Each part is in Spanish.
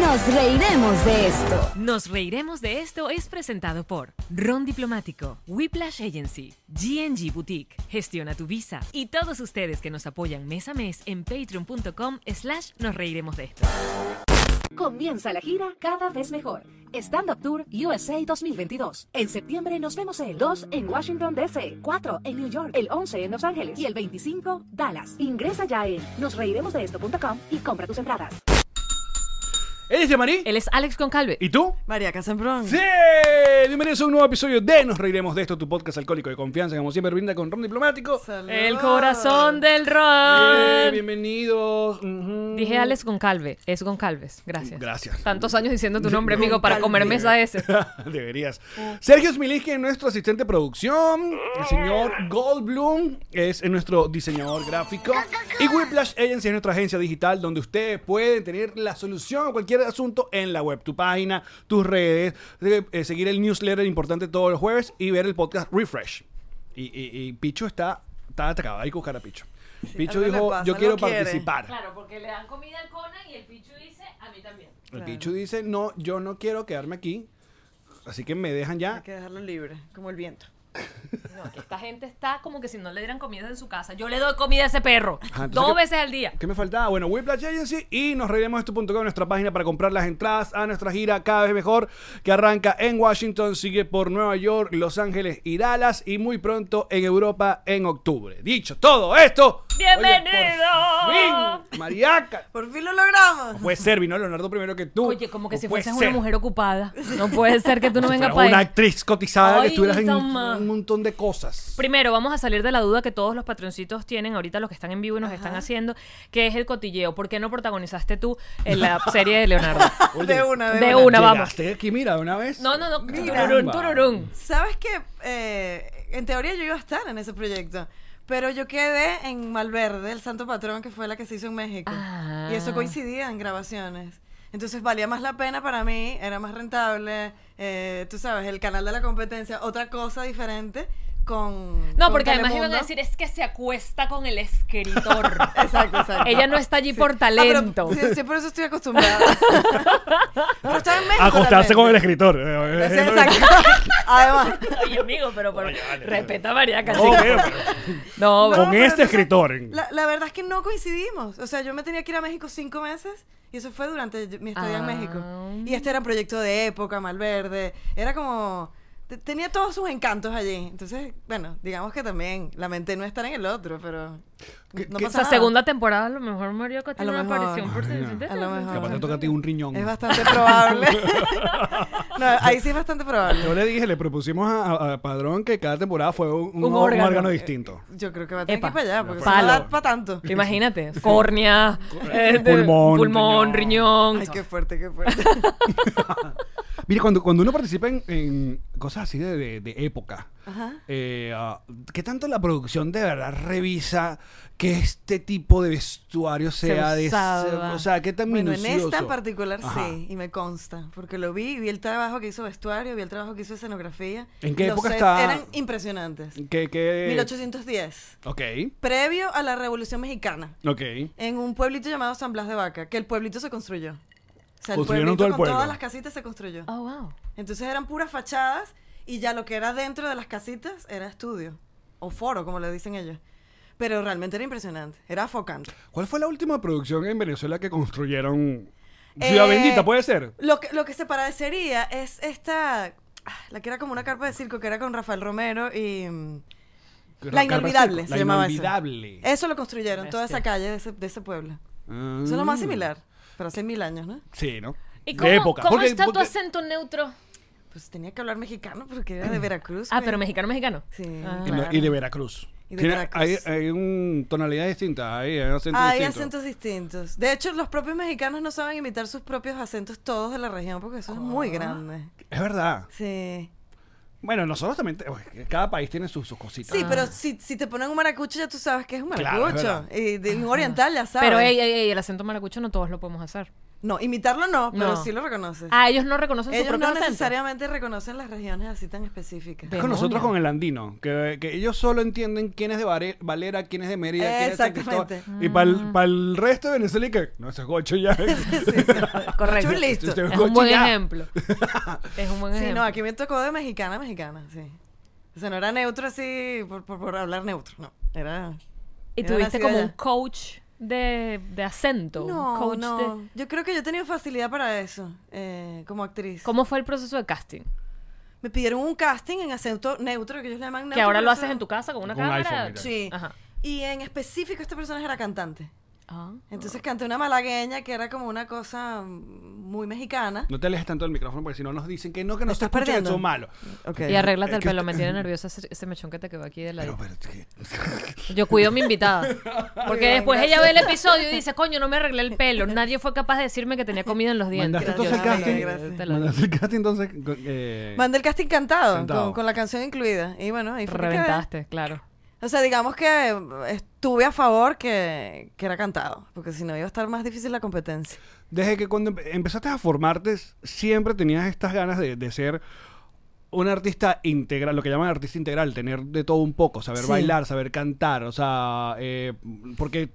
Nos reiremos de esto. Nos reiremos de esto es presentado por Ron Diplomático, Whiplash Agency, GNG Boutique, Gestiona tu Visa y todos ustedes que nos apoyan mes a mes en patreon.com slash nos reiremos de esto. Comienza la gira cada vez mejor. Stand Up Tour USA 2022. En septiembre nos vemos el 2 en Washington DC, 4 en New York, el 11 en Los Ángeles y el 25 Dallas. Ingresa ya en nosreiremosdeesto.com y compra tus entradas. Él es Yamari. Él es Alex Concalve. ¿Y tú? María Casembrón. ¡Sí! Bienvenidos a un nuevo episodio de Nos Reiremos de esto, tu podcast alcohólico de confianza, como siempre brinda con Ron Diplomático. Salud. El corazón del Eh, Ron. bienvenidos. Ujú. Dije Alex Goncalve. Es Goncalves. Gracias. Gracias. Tantos años diciendo tu nombre, amigo, para comerme esa S. Deberías. Sergio Smilinski es nuestro asistente de producción. El señor Goldblum es nuestro diseñador gráfico. Y Whiplash Agency es nuestra agencia digital donde ustedes pueden tener la solución a cualquier asunto en la web. Tu página, tus redes, eh, eh, seguir el newsletter importante todos los jueves y ver el podcast Refresh. Y, y- y Picho está, está atacado. Hay que buscar a Picho. Picho algo le dijo, pasa, yo no quiero quiere". participar. Claro, porque le dan comida al Conan y el Pichu dice, a mí también. El Pichu dice, no, yo no quiero quedarme aquí. Así que me dejan ya. Hay que dejarlo libre, como el viento. No, que esta gente está como que si no le dieran comida en su casa. Yo le doy comida a ese perro. Ajá, entonces, dos ¿qué- veces al día. ¿Qué me faltaba? Bueno, Whiplash Agency y nos reiremos de esto.com, nuestra página para comprar las entradas a nuestra gira cada vez mejor, que arranca en Washington, sigue por Nueva York, Los Ángeles y Dallas y muy pronto en Europa en octubre. Dicho todo esto, oye, por ¡Bienvenido! fin, Mariaca. Por fin lo logramos. Puede ser, vino Leonardo primero que tú. Oye, como que O si puede fueses ser. una mujer ocupada. No puede ser que tú no Si vengas fueras para una ahí. actriz cotizada que Ay, estuvieras en Sama. un montón de cosas. Primero, vamos a salir de la duda que todos los patroncitos tienen ahorita, los que están en vivo y nos están haciendo, que es el cotilleo. ¿Por qué no protagonizaste tú en la serie de Leonardo? Oye, de una, de, de una. una. vamos. llegaste aquí, mira, de una vez. No, no, no. Mira. Tururún, tururún. ¿Sabes qué? Eh, en teoría yo iba a estar en ese proyecto. Pero yo quedé en Malverde, el santo patrón, que fue la que se hizo en México. Ah. Y eso coincidía en grabaciones. Entonces valía más la pena para mí, era más rentable. eh, tú sabes, el canal de la competencia, otra cosa diferente con. No, con porque además iban a Telemundo. decir, es que se acuesta con el escritor. Exacto, exacto. Ella no está allí Sí. por Ah, pero talento. sí, sí, por eso estoy acostumbrada. pero estaba en México. Acostarse también. con el escritor. Eh, Sí, exacto. Además. Oye, amigo, pero, pero respeta a María No, Casi. pero- No, No, pero- Con este pero entonces, escritor. La, la verdad es que no coincidimos. O sea, yo me tenía que ir a México cinco meses y eso fue durante yo- mi estadía en México. Ah. Y este era un proyecto de época, Malverde. Era como. te- Tenía todos sus encantos allí. Entonces, bueno, digamos que también lamenté no estar en el otro, pero. ¿Qué- no qué- Esa pasa nada. segunda temporada, a lo mejor María Cati A lo tiene una mejor. aparición por pues, A lo mejor. Capaz te toca a ti un riñón. Ah, Es bastante probable. no, ahí sí es bastante probable. Yo le dije, le propusimos a, a- a Padrón que cada temporada fue un, un Un órgano. órgano. distinto. Yo creo que va a tener Epa. que ir para allá, porque Palo. si no da para tanto. Imagínate, córnea, eh, de- Pulmón, pulmón, riñón. Ay, qué fuerte, qué fuerte. Mira, cuando, cuando uno participa en, en cosas así de, de- de época, Ajá. eh, ah, ¿qué tanto la producción de verdad revisa que este tipo de vestuario sea de... usaba. O sea, ¿qué tan Bueno, en minucioso? esta en particular Ajá. sí, y me consta, porque lo vi, vi el trabajo que hizo vestuario, vi el trabajo que hizo escenografía. ¿En qué Los época sets está? Eran impresionantes. ¿Qué, qué? 1810, Ok, previo a la Revolución Mexicana, ok. en un pueblito llamado San Blas de Vaca, que el pueblito se construyó. O sea, el Construyeron pueblito todo el con pueblo. todas las casitas se construyó. Oh, wow. Entonces eran puras fachadas y ya lo que era dentro de las casitas era estudio o foro, como le dicen ellos. Pero realmente era impresionante, era afocante. ¿Cuál fue la última producción en Venezuela que construyeron? Eh, Ciudad Bendita, puede ser. Lo que, lo que se parecería es esta, ah, la que era como una carpa de circo, que era con Rafael Romero y... mm, La Inolvidable se La llamaba eso. Inolvidable. Eso lo construyeron, toda esa Bestia. calle de ese, de ese pueblo. Ah. Eso es lo más similar, pero hace mil años, ¿no? Sí, ¿no? ¿Y De cómo, época. cómo Porque- está tu porque- acento neutro? Pues tenía que hablar mexicano porque era de Veracruz. Ah, güey. pero mexicano, mexicano. Sí. Ah. Y, no- y de Veracruz. Y de Tiene- Veracruz. Hay, hay un tonalidad distinta, hay, hay acentos Hay distintos. acentos distintos. De hecho, los propios mexicanos no saben imitar Ah. sus propios acentos todos de la región porque eso es muy grande. Es verdad. Sí. Bueno, nosotros también. te- uy, cada país tiene sus, sus cositas. Ah. Sí, pero si, si te ponen un maracucho, ya tú sabes que es un Claro, maracucho. es verdad. y de un oriental, ya sabes. Pero ey, ey, ey, el acento maracucho no todos lo podemos hacer. No, imitarlo no, pero No. sí lo reconoces. Ah, ellos no reconocen su Ellos propio no acento. necesariamente reconocen las regiones así tan específicas. Ve- Es con Demonio. nosotros con el andino, que, que ellos solo entienden quién es de Vare- Valera, quién es de Mérida, quién es de San Cristóbal. Exactamente. Y para Mm. el, resto de Venezuela, y que no, ese es gocho ya. Correcto. Mucho listo. Este Es gocho un buen ya. ejemplo. Es un buen Sí, ejemplo. no, aquí me tocó de mexicana a mexicana, sí. O sea, no era neutro así por, por- por hablar neutro, no. Era. y era tuviste así como allá. un coach de, de acento. un No, coach no. de- Yo creo que yo he tenido facilidad para eso, eh, como actriz. ¿Cómo fue el proceso de casting? Me pidieron un casting en acento neutro, que ellos le llaman neutro. que ahora pero lo eso- haces en tu casa con una Con un cámara. iPhone, mira. Sí. Ajá. Y en específico, esta persona era cantante. Ah. Entonces canté una malagueña que era como una cosa mm, muy mexicana. No te alejes tanto del micrófono porque si no nos dicen que no, que Me no se estás escucha, que perdiendo. son malos. Ok. Y arréglate el que pelo, usted- me tiene nerviosa ese, ese mechón que te quedó aquí de la. Pero, pues pero, es que- Yo cuido a mi invitada. Porque bien, después ella gracias. ve el episodio y dice, coño, no me arreglé el pelo. Nadie fue capaz de decirme que tenía comida en los dientes. Mandaste entonces el Gracias, casting. gracias. Te lo digo. Mandaste el casting, entonces. con- eh, Mandé el casting cantado, Cantado. Con, con la canción incluida. Y bueno, ahí fue que quedé. Reventaste, claro. O sea, digamos que eh, estuve a favor que, que era cantado, porque si no iba a estar más difícil la competencia. Desde que cuando empe- empezaste a formarte, siempre tenías estas ganas de, de ser un artista integral, lo que llaman artista integral, tener de todo un poco, saber Sí. bailar, saber cantar, o sea, eh, porque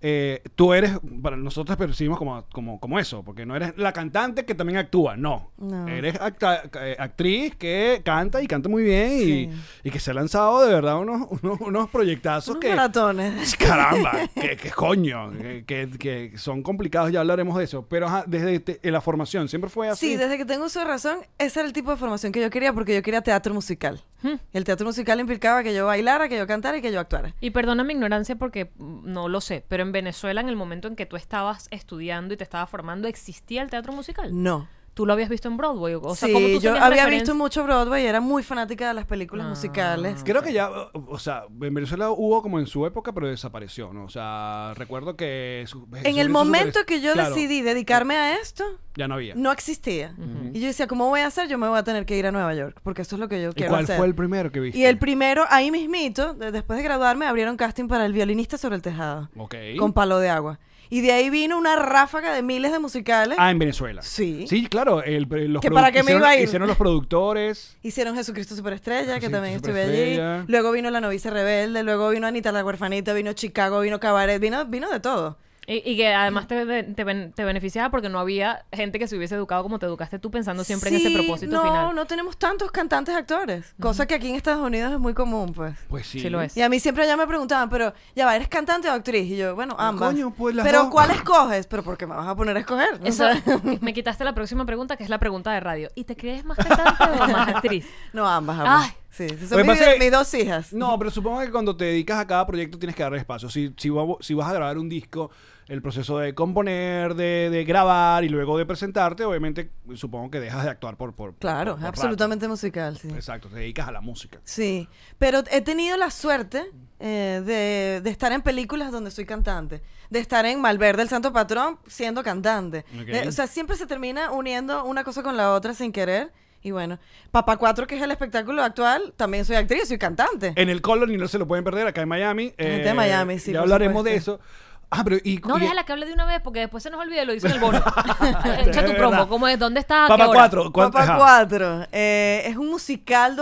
eh, tú eres, para nosotros percibimos como, como, como eso, porque no eres la cantante que también actúa, no. No. Eres acta- eh, actriz que canta y canta muy bien y- Sí. y, que se ha lanzado de verdad unos, unos, unos proyectazos Unos que... maratones. Caramba, qué, qué coño, que, que- que son complicados, ya hablaremos de eso. Pero ajá, desde te- la formación siempre fue así. Sí, desde que tengo uso de razón, ese era el tipo de formación que yo quería, porque yo quería teatro musical. Hmm. El teatro musical implicaba que yo bailara, que yo cantara y que yo actuara. Y perdona mi ignorancia porque mm, no lo sé, pero en Venezuela, en el momento en que tú estabas estudiando y te estabas formando, ¿existía el teatro musical? No. ¿Tú lo habías visto en Broadway? O sea, Mm. sí, ¿cómo tú yo tenías Ah. había referencia? visto mucho Broadway y era muy fanática de las películas musicales. Creo que ya, o- o sea, en Venezuela hubo como en su época, pero desapareció, ¿no? O sea, recuerdo que... su- En el su- momento super- que yo Claro, decidí dedicarme a esto, Ya no había. no existía. Y yo decía, ¿cómo voy a hacer? Yo me voy a tener que ir a Nueva York, porque esto es lo que yo ¿Y quiero cuál hacer. fue el primero que viste? Y el primero, ahí mismito, de- después de graduarme, abrieron casting para el violinista sobre el tejado. Ok. Con palo de agua. Y de ahí vino una ráfaga de miles de musicales. Ah, en Venezuela. Sí. Sí, claro. El, los ¿Que produ- para qué me hicieron- iba a ir? Hicieron los productores. Hicieron Jesucristo Superestrella, que Jesucristo también estuve Superestrella. allí. Luego vino La Novicia Rebelde, luego vino Anita la Huerfanita, vino Chicago, vino Cabaret, vino, vino de todo. Y, y que además te, ben- te, ben- te beneficiaba porque no había gente que se hubiese educado como te educaste tú pensando siempre en Sí, ese propósito no, final. No tenemos tantos cantantes actores, cosa que aquí en Estados Unidos es muy común, pues. Pues sí. Sí lo es. Y a mí siempre ya me preguntaban, pero ya va, ¿eres cantante o actriz? Y yo, bueno, ambas. coño, pues, las pero dos. ¿cuál escoges? Pero ¿por qué me vas a poner a escoger? O Eso, sea, me quitaste la próxima pregunta, que es la pregunta de radio. ¿Y te crees más cantante o más actriz? no, ambas, ambas. Ay. Sí, sí, Lo son que mis, pasa es que- mis dos hijas. No, pero supongo que cuando te dedicas a cada proyecto tienes que dar espacio. Si, si, va- si vas a grabar un disco, el proceso de componer, de, de grabar y luego de presentarte, obviamente supongo que dejas de actuar por... por Claro, por- por absolutamente musical, sí. rato. Exacto, te dedicas a la música. Sí, pero he tenido la suerte eh, de, de estar en películas donde soy cantante, de estar en Malverde, el Santo Patrón, siendo cantante. Ok. De- o sea, siempre se termina uniendo una cosa con la otra sin querer. Y bueno, Papá 4, que es el espectáculo actual, también soy actriz, soy cantante. En el Colony no se lo pueden perder, acá en Miami. eh, La gente de Miami, sí, Ya por hablaremos de supuesto. eso. Ah, pero... Y, No, y- déjala que hable de una vez porque después se nos olvida y lo dice en el bono. Echa tu Es promo. verdad. ¿Cómo es? ¿Dónde estás? ¿A qué Papá hora? Cuatro, ¿cuánto- Papá ajá. 4 eh, es un musical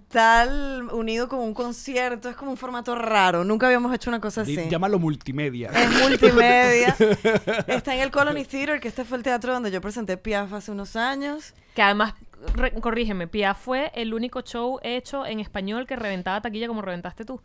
documental unido con un concierto, es como un formato raro, nunca habíamos hecho una cosa Di- así. Llámalo multimedia. Es multimedia. Está en el Colony Theater, que este fue el teatro donde yo presenté Piaf hace unos años. Que además, re- corrígeme, Pia fue el único show hecho en español que reventaba taquilla como reventaste tú.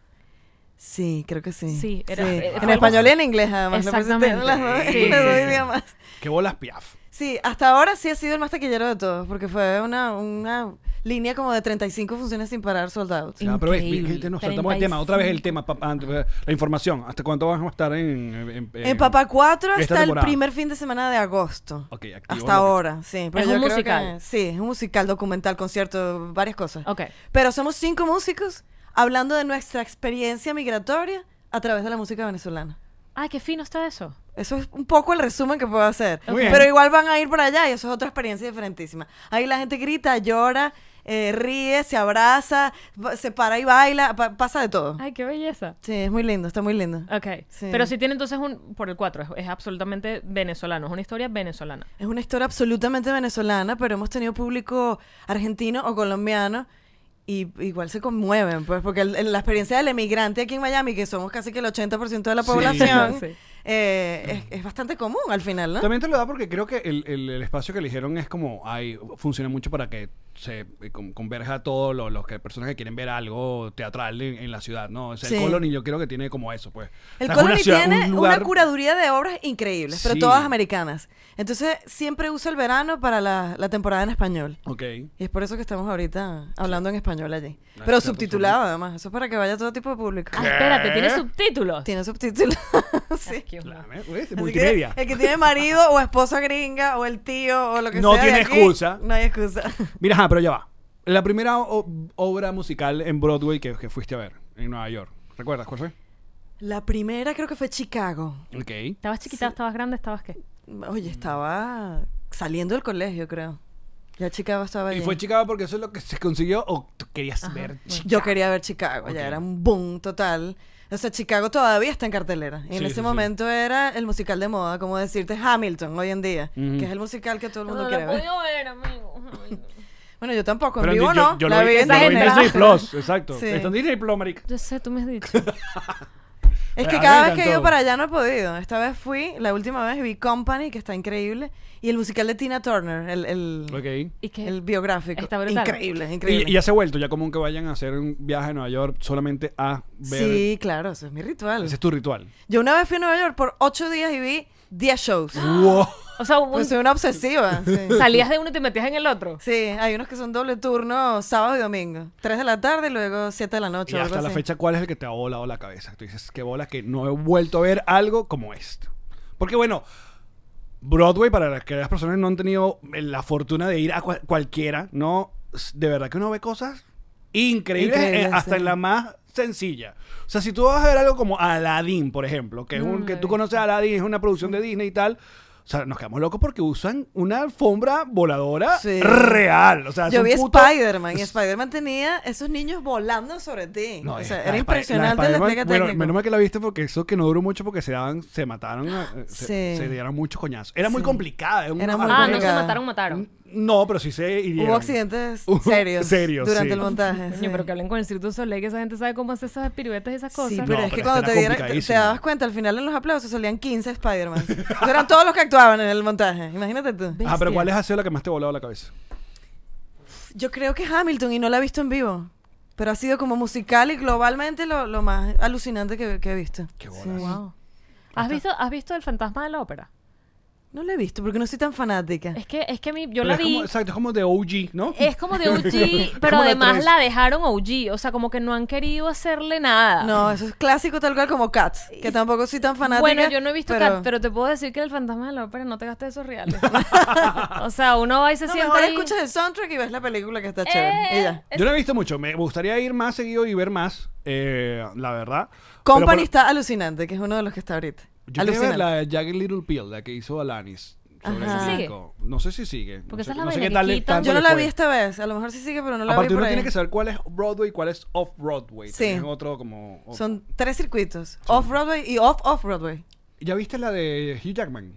Sí, creo que sí. Sí, era- eh, fue en algo- español y en inglés, además. lo presenté en Exactamente. las dos- Sí, los dos sí, sí. idiomas. Qué bolas piaf. Sí, hasta ahora sí ha sido el más taquillero de todos, porque fue una, una línea como de 35 funciones sin parar sold out. O sea, pero ves, Increíble. ves que nos saltamos el tema. Otra vez el tema, papá, antes, la información. ¿Hasta cuánto vamos a estar en... En, en- En Papá 4 esta hasta Eh, el temporada? primer fin de semana de agosto. Ok, activo lo que- hasta ahora, sí. Pero Es yo un creo musical. que- sí, es un musical, documental, concierto, varias cosas. Ok. Pero somos cinco músicos hablando de nuestra experiencia migratoria a través de la música venezolana. Ay, qué fino está eso. Eso es un poco el resumen que puedo hacer. Muy bien. Pero igual van a ir para allá y eso es otra experiencia diferentísima. Ahí la gente grita, llora, eh, ríe, se abraza, va- se para y baila, pa- pasa de todo. Ay, qué belleza. Sí, es muy lindo, está muy lindo. Ok. Sí. Pero si tiene entonces un. Por el 4, es, es absolutamente venezolano. Es una historia venezolana. Es una historia absolutamente venezolana, pero hemos tenido público argentino o colombiano y igual se conmueven, pues, porque el- el- la experiencia del emigrante aquí en Miami, que somos casi que el 80% de la Sí. población, Sí. eh, es, es bastante común al final, ¿no? También te lo da porque creo que el, el- el espacio que eligieron es como, hay, funciona mucho para que se eh, con- converja todo lo- los que personas que quieren ver algo teatral en, en la ciudad, ¿no? O sea, el Sí. Colony yo creo que tiene como eso, pues. O sea, El es una Colony ciudad- tiene un lugar- una curaduría de obras increíbles, pero Sí. todas americanas. Entonces siempre usa el verano para la, la temporada en español. Ok. Y es por eso que estamos ahorita hablando en español allí. Ah, Pero cierto, subtitulado además. Eso es para que vaya todo tipo de público. Ah, espérate, tiene subtítulos. Tiene subtítulos. sí. Dios mío. La- ¿ves? Ves, Así que ¿eh? Multimedia. el que tiene marido o esposa gringa o el tío o lo que No sea. de tiene aquí, excusa. No hay excusa. Mira, ajá, pero ya va. La primera o- obra musical en Broadway que, que fuiste a ver en Nueva York. ¿Recuerdas cuál fue? La primera creo que fue Chicago. Ok. ¿Estabas chiquita, estabas grande, estabas qué? Oye, Mm. estaba saliendo del colegio, creo. Ya Chicago estaba Y allí. fue Chicago porque eso es lo que se consiguió o tú querías ver Chicago. Yo quería ver Chicago, Ok. ya era un boom total. O sea, Chicago todavía está en cartelera. Y Sí, en ese sí, sí. momento era el musical de moda, como decirte Hamilton hoy en día, que es el musical que todo el mundo quiere ver. ver, amigo. Bueno, yo tampoco, en Pero vivo yo, no. yo la lo vi, vi en yo lo vi en general. Disney Plus, exacto. Sí. Está en Disney Plus, marica. Yo sé, tú me has dicho. Es A mí que me cada vez que he encantó. ido para allá no he podido. Esta vez fui, la última vez vi Company, que está increíble, y el musical de Tina Turner, el, el, Ok. ¿Y qué? el biográfico. Está brutal. increíble, increíble. Y, y ya se ha vuelto, ya como que vayan a hacer un viaje a Nueva York solamente a ver. Sí, claro, eso es mi ritual. Ese es tu ritual. Yo una vez fui a Nueva York por ocho días y vi 10 shows. Wow. O sea, Ah, un- Pues soy una obsesiva. sí. salías de uno y te metías en el otro. Sí, hay unos que son doble turno, sábado y domingo. 3 de la tarde y luego 7 de la noche. Y o hasta algo la así. fecha, ¿cuál es el que te ha volado la cabeza? Tú dices, qué bola que no he vuelto a ver algo como esto. Porque bueno, Broadway, para las que las personas no han tenido eh, la fortuna de ir a cual- cualquiera, ¿no? S- De verdad que uno ve cosas increíbles, Increíbles, eh, hasta sí. en la más sencilla. O sea, si tú vas a ver algo como Aladdin, por ejemplo, que es un que tú Mm. conoces a Aladdin, es una producción de Disney y tal. O sea, nos quedamos locos porque usan una alfombra voladora Sí. real. O sea, es Yo un vi puto- Spider-Man y Spider-Man tenía esos niños volando sobre ti. no, o es- sea, la era Spi- impresionante la el Spider-Man- despliegue bueno, técnico. menos mal que la viste porque eso que no duró mucho porque se daban, se mataron, eh, se, Ah, Sí. se dieron muchos coñazos. Era muy Sí. complicada. un- Era muy algo- Ah, no se Oiga. mataron, Mm, mataron. eh, No, pero sí se hirieron. Hubo accidentes Hubo- serios, serios, durante sí. el montaje. Coño, sí. pero que hablen con el Cirque du Soleil, que esa gente sabe cómo hacer esas piruetas y esas Sí, cosas. pero No, es que pero cuando esta te, era dieras- te- te complicadísimo. dabas cuenta, al final en los aplausos salían 15 Spider-Man. Eso eran todos los que actuaban en el montaje. Imagínate tú. Ah, pero ¿cuál es ha sido la que más te ha volado la cabeza? Yo creo que Hamilton y no la he visto en vivo. Pero ha sido como musical y globalmente lo, lo más alucinante que, que he visto. Qué Sí. bolas. Wow. ¿Has visto, ¿Has visto El fantasma de la ópera? No la he visto porque no soy tan fanática. Es que, es que a mí, yo Pero la es vi. como, exacto, es como de OG, ¿no? Es como de Es OG, pero como la además tres. la dejaron OG. O sea, como que no han querido hacerle nada. No, eso es clásico tal cual como Cats, que tampoco soy tan fanática. Bueno, yo no he visto pero- Cat, pero te puedo decir que el fantasma de la ópera no te gastes esos reales. o sea, uno va y se No, sienta mejor ahí. escuchas el soundtrack y ves la película que está Eh, chévere. Y ya. Yo no he visto mucho. Me gustaría ir más seguido y ver más, eh, la verdad. Pero Company por- está alucinante, que es uno de los que está ahorita. Yo quería ver alucinante. la de Jagged Little Pill, la que hizo Alanis. sobre Ajá. el ¿Sigue? disco. No sé si sigue. Porque no esa sé, es la no sé vaina qué que tal le- quitan. tanto Yo no le la fue. vi esta vez, a lo mejor sí sigue, pero no la Aparte vi por uno ahí. tiene que saber cuál es Broadway y cuál es off Broadway. Sí. Es otro como. otro. Son tres circuitos, Off-Broadway y Off-Off-Broadway. ¿Ya viste la de Hugh Jackman?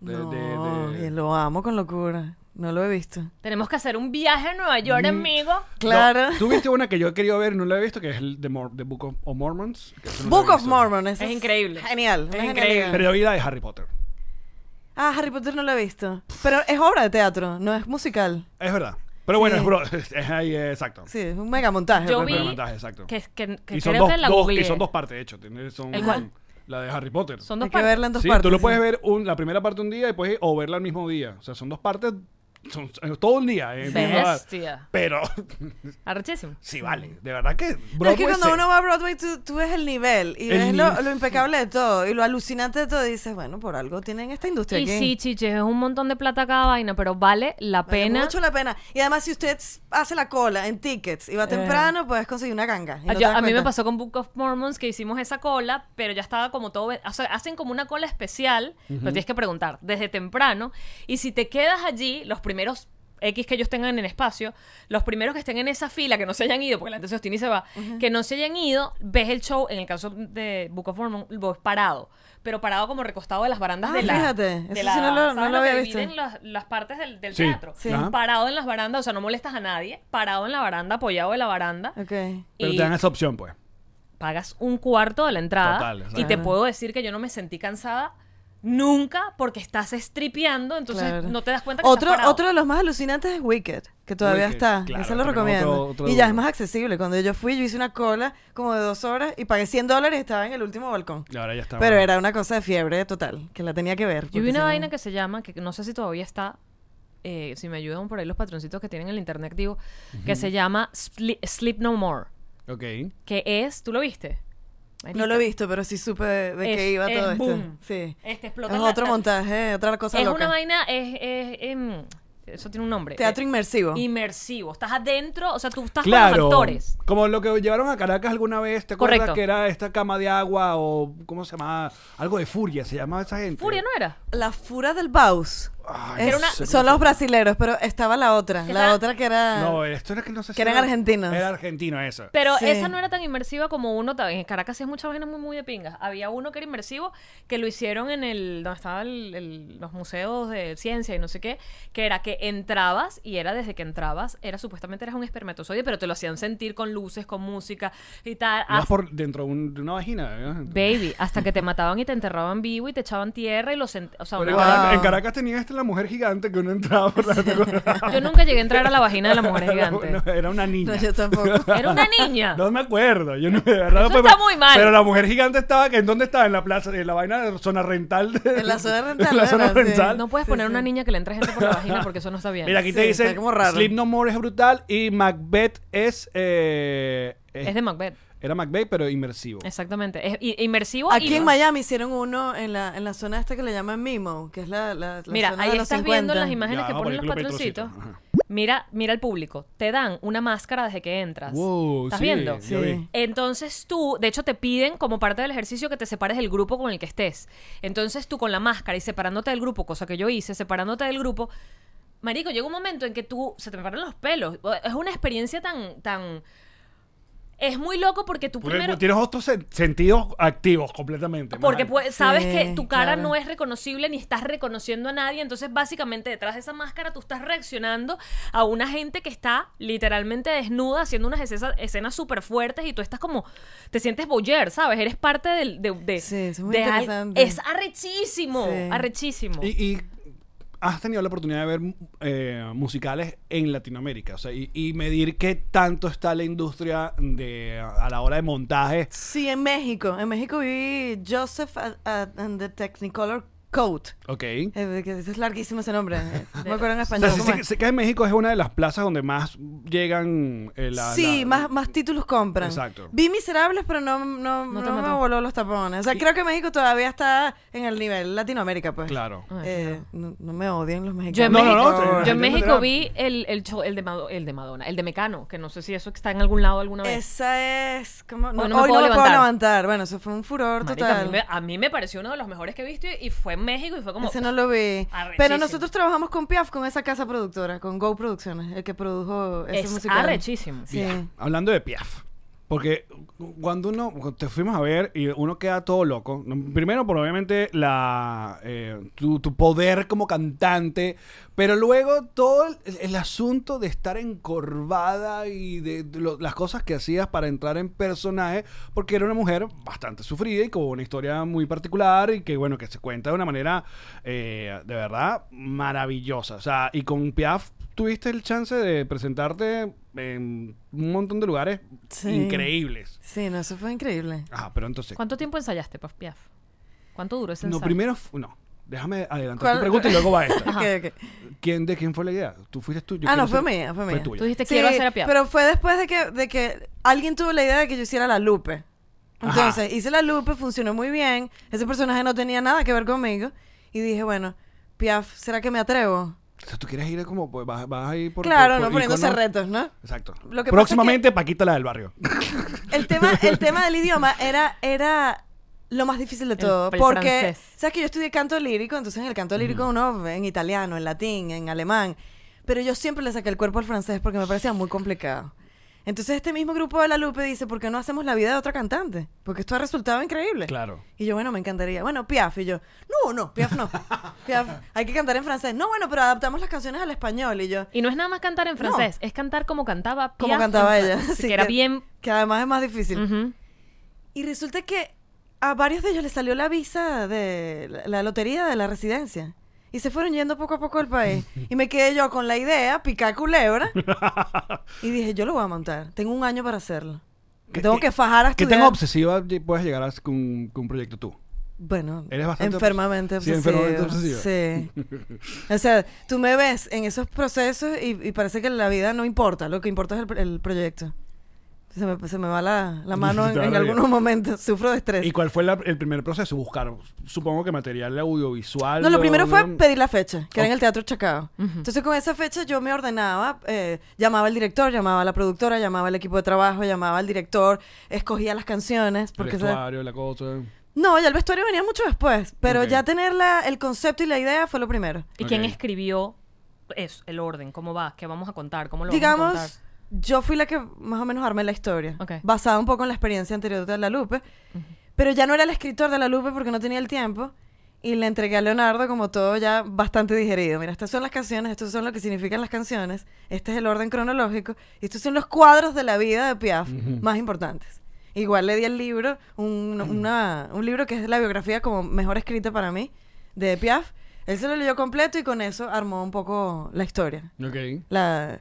De- no, de- de- y lo amo con locura, no lo he visto. Tenemos que hacer un viaje a Nueva York, amigo. Mm, Claro. No, Tú viste una que yo he querido ver y no la he visto, que es el de, Mor- de Book of, of Mormons. que eso no la he Book of visto. Mormon, esa Es increíble. Genial, una increíble. genialidad. Pero yo vi la de Harry Potter. Ah, Harry Potter no lo he visto. Pero es obra de teatro, no es musical. Es verdad. Pero bueno, Sí. es, bro, es ahí, eh, exacto. Sí, es un mega montaje. Yo pues, vi- Pero montaje, exacto. Que, que, que y, son creo dos, que la dos, googleé. y son dos partes, de hecho. Tiene- Son, ¿El cuál? La de Harry Potter. Son dos Hay que partes. verla en dos sí, partes. tú lo puedes sí. ver un- la primera parte un día y puedes, o verla el mismo día. O sea, son dos partes, son, todo el día. eh, Bestia. Pero Arrechísimo. sí vale, de verdad que Pero es que Broadway cuando se- uno va a Broadway, tú, tú ves el nivel y El ves lo, nivel. lo impecable de todo y lo alucinante de todo. Y dices, bueno, por algo tienen esta industria Y aquí. sí, chiches, es un montón de plata cada vaina, pero vale la Vale pena. mucho la pena. Y además, si usted s- hace la cola en tickets y va temprano, puedes conseguir una ganga. y no Eh. Ah, Yo- te das a mí me cuenta. pasó con Book of Mormons que hicimos esa cola, pero ya estaba como todo. ve- O sea, hacen como una cola especial, pero tienes que preguntar desde temprano. Y si te quedas allí, los primeros X que ellos tengan en espacio, los primeros que estén en esa fila, que no se hayan ido, porque la gente se obstina y se va, que no se hayan ido, ves el show, en el caso de Book of Mormon, lo ves parado, pero parado como recostado de las barandas Ah, de la... fíjate, de eso la- sí no lo- no ¿sabes lo había que visto. dividen las, las partes del, del Sí. teatro. Sí. Ajá. Parado en las barandas, o sea, no molestas a nadie, parado en la baranda, apoyado de la baranda. Ok. Pero y- te dan esa opción, pues. pagas un cuarto de la entrada Total, exacto. y te puedo decir que yo no me sentí cansada nunca porque estás estripeando, entonces Claro. no te das cuenta que Otro, estás parado. otro de los más alucinantes es Wicked, que todavía Wicked, está. claro, Ese lo otro- recomiendo. otro- y ya es más accesible. Cuando yo fui, yo hice una cola como de dos horas y pagué 100 dólares y estaba en el último balcón. Y ahora ya está. Pero bueno. era una cosa de fiebre total, que la tenía que ver. Yo porque vi si una no- vaina que se llama, que no sé si todavía está, eh, si me ayudan por ahí los patroncitos que tienen en el internet, digo, que se llama Spli- Sleep No More, Ok. que es, ¿tú lo viste? No lo he visto, pero sí supe de, de Es- qué iba es todo esto. boom. Sí. Este explota Es la- otro la- montaje, eh, otra cosa Es loca. una vaina, es, es- em, eso tiene un nombre. Teatro Eh, inmersivo. Inmersivo. Estás adentro, o sea, tú estás con Claro, los actores. como lo que llevaron a Caracas alguna vez, ¿te acuerdas Correcto. que era esta cama de agua o cómo se llamaba? Algo de furia, se llamaba esa gente. Furia no era. La Fura del Baus. Ay, Es- era una- Son los brasileros, pero estaba la otra. Que La esa- otra que era. No, esto era que no sé si Que eran era- argentinos. Era argentino eso. Pero Sí. esa no era tan inmersiva como uno. ta- En Caracas sí es muchas vainas muy, muy de pingas. Había uno que era inmersivo que lo hicieron en el. donde estaban el- el- los museos de ciencia y no sé qué. Que era que entrabas y era desde que entrabas, era supuestamente eras un espermatozoide, pero te lo hacían sentir con luces, con música y tal. Ibas ah, hasta- por dentro de, un- de una vagina. ¿eh? ¿no? Baby, hasta que te mataban y te enterraban vivo y te echaban tierra y los. ent- O sea, Pero en, una- Caracas, Wow. en Caracas tenía esta la mujer gigante que uno entraba por la yo nunca llegué a entrar a la vagina de la mujer gigante. ah. No, era una niña. No, No, yo tampoco. Era una niña. me acuerdo, yo no, de verdad no Eso puedo- está muy mal. Pero la mujer gigante estaba, que ¿en dónde estaba? En la plaza, en la vaina de zona rental. de- En la zona rental, en la zona ¿verdad? Sí. rental. No puedes poner una niña que le entre gente por la vagina porque eso no está bien. Mira, aquí te Sí, dicen está como raro. Sleep No More es brutal y Macbeth es. eh, eh, Es de Macbeth. Era Macbeth, pero inmersivo. Exactamente. Es i- inmersivo. Aquí y- en Miami hicieron uno en la, en la zona esta que le llaman Mimo, que es la, la, la Mira, zona ahí de los estás 50. viendo las imágenes Ya, que vamos a ponen los poner Club patroncitos. Petrocito. Ajá. Mira, mira al público. Te dan una máscara desde que entras. Wow, ¿Estás sí, viendo? yo Sí. vi. Entonces tú, de hecho, te piden como parte del ejercicio que te separes del grupo con el que estés. Entonces tú con la máscara y separándote del grupo, cosa que yo hice, separándote del grupo, marico, llega un momento en que tú se te paran los pelos. Es una experiencia tan, tan, es muy loco porque tú Porque primero tienes otros sen- sentidos activos completamente. porque man. pues, sabes Sí, que tu cara claro. no es reconocible ni estás reconociendo a nadie, entonces básicamente detrás de esa máscara tú estás reaccionando a una gente que está literalmente desnuda haciendo unas escesa- escenas súper fuertes y tú estás como, te sientes boyer, ¿sabes? Eres parte del, de, de- Sí, es muy de al- interesante. es arrechísimo, Sí. arrechísimo. Y, y has tenido la oportunidad de ver eh, musicales en Latinoamérica. O sea, y, y medir qué tanto está la industria de, a la hora de montaje. Sí, en México. En México vi Joseph a- a- and the Technicolor Coat. Ok. Eh, que ese es larguísimo ese nombre. eh. No me acuerdo en O español. sea, sí cómo sé, es. sé que en México es una de las plazas donde más llegan eh, la- sí, la- más, más títulos compran. Exacto. Vi Miserables, pero no, no, No te no me mató. voló los tapones. O sea, creo que México todavía está en el nivel Latinoamérica, pues. Claro. Ay, Eh, no, no me odien los mexicanos. Yo en No, no, México, no, yo en te- te México entenderá. vi el, el, show- el de Mado- el de Madonna, el de Mecano, que no sé si eso está en algún lado alguna vez. Esa es. como No, Hoy hoy no no me me puedo puedo levantar. levantar. Bueno, eso fue un furor Marica, a, total. mí me, a mí me pareció uno de los mejores que he visto y, y fue en México y fue como... Ese no lo vi. Arrechísimo. Pero nosotros trabajamos con Piaf, con esa casa productora, con Go Producciones, el que produjo ese es musical. arrechísimo. Sí. Bien, hablando de Piaf. Porque cuando uno cuando te fuimos a ver y uno queda todo loco, no, primero por obviamente la eh, tu, tu poder como cantante, pero luego todo el, el asunto de estar encorvada y de, de lo- las cosas que hacías para entrar en personaje, porque era una mujer bastante sufrida y con una historia muy particular y que bueno, que se cuenta de una manera eh, de verdad maravillosa. O sea, y con Piaf tuviste el chance de presentarte en un montón de lugares Sí. increíbles. Sí, no, eso fue increíble. Ajá, pero entonces. ¿Cuánto tiempo ensayaste, Puff Piaf? ¿Cuánto duró ese No, ensayo? primero. fu- No, déjame adelantar ¿Cuál? tu pregunta y luego va esta. Ok, ok. ¿Quién, ¿De quién fue la idea? ¿Tú fuiste tú? Yo Ah, quiero no, fue ser- mía, fue mía. tuya. Tú dijiste, quiero Sí, hacer a Piaf. Pero fue después de que, de que alguien tuvo la idea de que yo hiciera la Lupe. Ajá. Entonces, hice la Lupe, funcionó muy bien. Ese personaje no tenía nada que ver conmigo. Y dije, bueno, Piaf, ¿será que me atrevo? O sea, tú quieres ir como. Pues, vas, vas a ir por. claro, por- por no poniéndose iconos. retos, ¿no? Exacto. Lo que pasa Próximamente, Paquita la del barrio. El tema, el tema del idioma era, era lo más difícil de todo. el porque, francés. ¿sabes que yo estudié canto lírico? Entonces, en el canto lírico uno, en italiano, en latín, en alemán. Pero yo siempre le saqué el cuerpo al francés porque me parecía muy complicado. Entonces este mismo grupo de La Lupe dice, ¿por qué no hacemos la vida de otra cantante? Porque esto ha resultado increíble. Claro. Y yo, bueno, me encantaría. Bueno, Piaf. Y yo, no, no, Piaf no. Piaf, hay que cantar en francés. No, bueno, pero adaptamos las canciones al español. Y yo, Y no es nada más cantar en francés, es cantar como cantaba Piaf como en cantaba ella. francés, Así que era bien. Que además es más difícil. Ujú. Y resulta que a varios de ellos les salió la visa de la- la lotería de la residencia. Y se fueron yendo poco a poco al país. Y me quedé yo con la idea, picar culebra. y dije, yo lo voy a montar. Tengo un año para hacerlo. ¿Qué- tengo qué- que fajar a ¿Qué estudiar. tan obsesiva lle- puedes llegar a- con, con un proyecto tú? Bueno, Eres bastante enfermamente obses- sí, obsesiva. enfermamente Sí. o sea, tú me ves en esos procesos y, y parece que la vida no importa. Lo que importa es el, pr- el proyecto. Se me, se me va la, la mano en, en Claro. algunos momentos. Sufro de estrés. ¿Y cuál fue la- el primer proceso? Buscar, supongo que material audiovisual. No, lo primero fue ¿no? pedir la fecha, que era en el Teatro Chacao. Entonces con esa fecha yo me ordenaba, eh, llamaba al director, llamaba a la productora, llamaba al equipo de trabajo, llamaba al director, escogía las canciones. El Porque, ¿sabes? vestuario, la cosa. No, ya el vestuario venía mucho después, pero Ok. ya tener la- el concepto y la idea fue lo primero. ¿Y quién Ok. escribió eso, el orden? ¿Cómo va? ¿Qué vamos a contar? ¿Cómo lo vamos a Digamos, contar? yo fui la que más o menos armé la historia, Ok. basada un poco en la experiencia anterior de La Lupe, pero ya no era el escritor de La Lupe porque no tenía el tiempo. Y le entregué a Leonardo como todo ya bastante digerido. Mira, estas son las canciones, estos son lo que significan las canciones, este es el orden cronológico, y estos son los cuadros de la vida de Piaf más importantes. Igual le di el libro, un, una- un libro que es la biografía como mejor escrita para mí de Piaf. Él se lo leyó completo y con eso armó un poco la historia Ok. la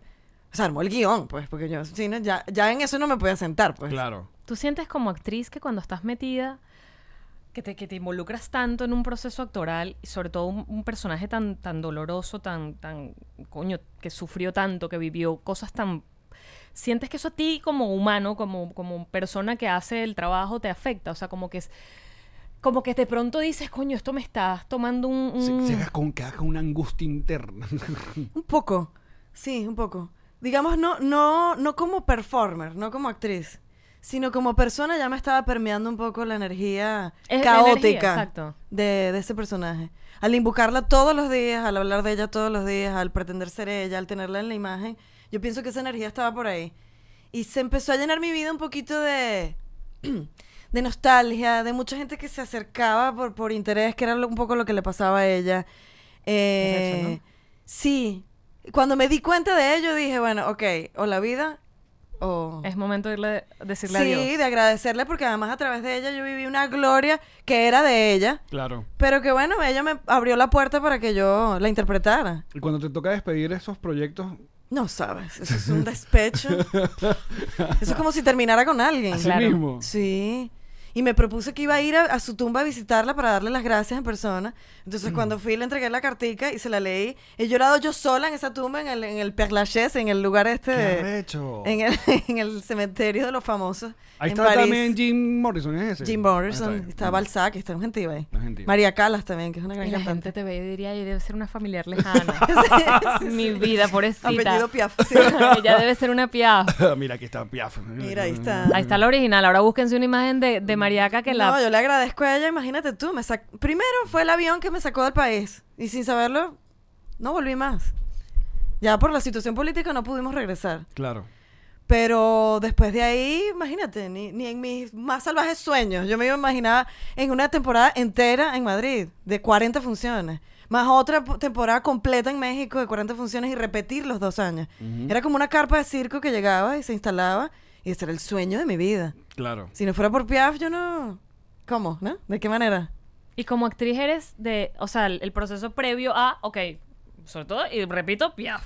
o sea, armó el guión, pues, porque yo, si no, ya, ya en eso no me podía sentar, pues. Claro. ¿Tú sientes como actriz que cuando estás metida, que te, que te involucras tanto en un proceso actoral, y sobre todo un, un personaje tan, tan doloroso, tan, tan, coño, que sufrió tanto, que vivió cosas tan... ¿Sientes que eso a ti como humano, como, como persona que hace el trabajo, te afecta? O sea, como que es... Como que de pronto dices, coño, esto me estás tomando un... un- Se, Mm. se haga con, que haga una angustia interna. Un poco, sí, un poco. Digamos, no, no, no como performer, no como actriz, sino como persona ya me estaba permeando un poco la energía Es la caótica energía, exacto. de, de ese personaje. Al invocarla todos los días, al hablar de ella todos los días, al pretender ser ella, al tenerla en la imagen, yo pienso que esa energía estaba por ahí. Y se empezó a llenar mi vida un poquito de, de nostalgia, de mucha gente que se acercaba por, por interés, que era lo- un poco lo que le pasaba a ella. Eh, Qué recho, ¿no? Sí. Cuando me di cuenta de ello, dije, bueno, ok, o la vida o... Es momento de irle- decirle sí, adiós. de agradecerle porque además a través de ella yo viví una gloria que era de ella, Claro. pero que bueno, ella me abrió la puerta para que yo la interpretara. Y cuando te toca despedir esos proyectos, No sabes, eso es un despecho. eso es como si terminara con alguien. así Claro. mismo. Sí. Y me propuse que iba a ir a, a su tumba a visitarla para darle las gracias en persona. Entonces, Mm. cuando fui, le entregué la cartica y se la leí. He llorado yo sola en esa tumba, en el, en el Père Lachaise, en el lugar este ¡Qué de- arrecho! En el, en el cementerio de los famosos. Ahí en está París. también Jim Morrison, ¿es ese? Jim Ah, Morrison, bien. está Balzac, está un gentío ahí. Un gentío. María Calas también, que es una gran Y la gente cantante. te ve y diría, "Ay, debe ser una familiar lejana. Sí, sí, Mi sí. vida, pobrecita. Apellido Piaf. sí. Ella debe ser una piaf. Ah, Mira, aquí está Piaf. Mira, ahí está. Ahí está la original. Ahora búsquense una imagen de, de Mariaca que la... No, yo le agradezco a ella, imagínate tú. Me sac- Primero fue el avión que me sacó del país y sin saberlo no volví más. Ya por la situación política no pudimos regresar. Claro. Pero después de ahí, imagínate, ni, ni en mis más salvajes sueños. Yo me imaginaba en una temporada entera en Madrid, de 40 funciones, más otra po- temporada completa en México de 40 funciones y repetir los dos años. Era como una carpa de circo que llegaba y se instalaba y ese era el sueño de mi vida. Claro. Si no fuera por Piaf, yo no. ¿Cómo? ¿No? ¿De qué manera? Y como actriz eres de... O sea, el, el proceso previo a... Ok, sobre todo, y repito, piaf.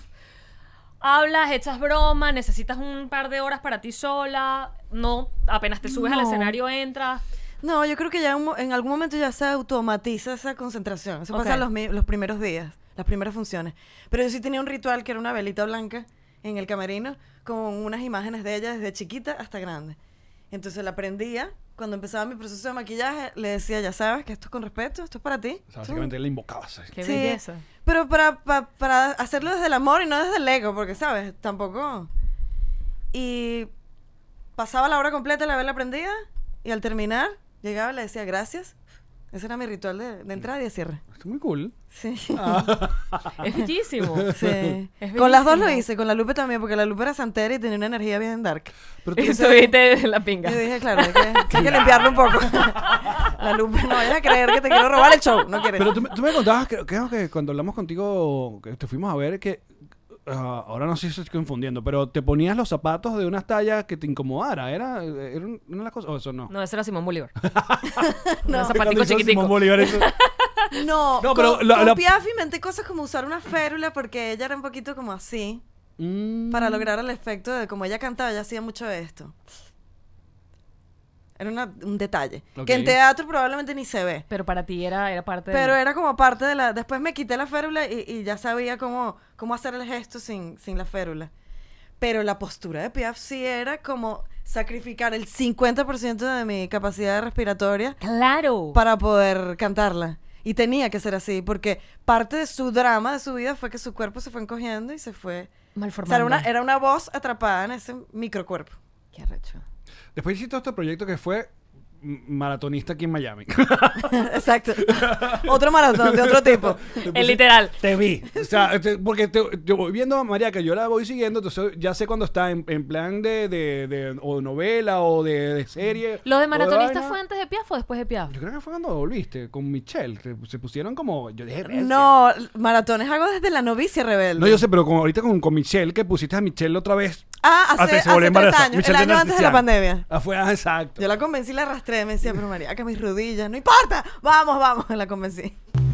Hablas, echas broma, necesitas un par de horas para ti sola. No, apenas te subes al No. escenario, entras. No, yo creo que ya un mo- en algún momento ya se automatiza esa concentración. Eso pasa Ok. los, mi- los primeros días, las primeras funciones. Pero yo sí tenía un ritual que era una velita blanca en el camerino con unas imágenes de ella desde chiquita hasta grande. Entonces la prendía. Cuando empezaba mi proceso de maquillaje, le decía, ya sabes que esto es con respeto, esto es para ti. O sea, básicamente la invocabas. Qué Sí, belleza. Pero para, pa- para hacerlo desde el amor y no desde el ego, porque, ¿sabes? Tampoco. Y pasaba la hora completa de la vela prendida y al terminar llegaba y le decía gracias Ese era mi ritual de, de entrada y de cierre. Está muy cool. Sí. Es bellísimo. Sí. Ah. Es Con las dos lo bellísimo. hice, con la Lupe también, porque la Lupe era santera y tenía una energía bien dark. Pero tú- Y estuviste en la pinga. Yo dije, claro, hay que, hay que limpiarlo un poco. la Lupe, no vayas a creer que te quiero robar el show. No quieres. Pero tú, me- tú me contabas, creo, creo que cuando hablamos contigo, que te fuimos a ver que. ah, ahora no sé si estoy confundiendo, pero te ponías los zapatos de unas tallas que te incomodara. ¿Era, era un- una de las cosas? ¿O eso no? No, ese era Simón Bolívar. No. Un Cuando zapatico hizo Simón chiquitico. Bolívar eso- No, No, pero pero con, la- con la- Piaf inventé cosas como usar una férula porque ella era un poquito como así Mm. para lograr el efecto de como ella cantaba, ella hacía mucho esto. Era una- un detalle Ok. que en teatro probablemente ni se ve, Pero para ti era, era parte pero de... era como parte de la después me quité la férula y, y ya sabía cómo cómo hacer el gesto sin sin la férula. Pero la postura de Piaf sí era como sacrificar el 50% de mi capacidad respiratoria ¡Claro! para poder cantarla. Y tenía que ser así, porque parte de su drama, de su vida, fue que su cuerpo se fue encogiendo y se fue. O sea, Malformando. era una, era una voz atrapada en ese microcuerpo. Qué arrecho. Después hiciste este proyecto que fue m- maratonista aquí en Miami. Exacto. otro maratón de otro tipo. El literal. Te vi. O sea, te- porque te, yo voy viendo a María, que yo la voy siguiendo, entonces ya sé cuando está en, en plan de, de- de- o novela o de, de serie. ¿Lo o de maratonista vaina. fue antes de Piaf o después de Piaf? Yo creo que fue cuando volviste con Michelle. que se pusieron como. Yo dije, "Bestia". No, maratones hago desde la novicia rebelde. No, yo sé, pero como ahorita con, con Michelle, que pusiste a Michelle otra vez. Ah, hasta hace, que se volvió hace tres embarazada. años. Michelle el tiene año antes de la oficial. pandemia. Ah, fue, ah, exacto. Yo la convencí y la arrastré. Me decía, pero María, que mis rodillas, no importa. Vamos, vamos. La convencí.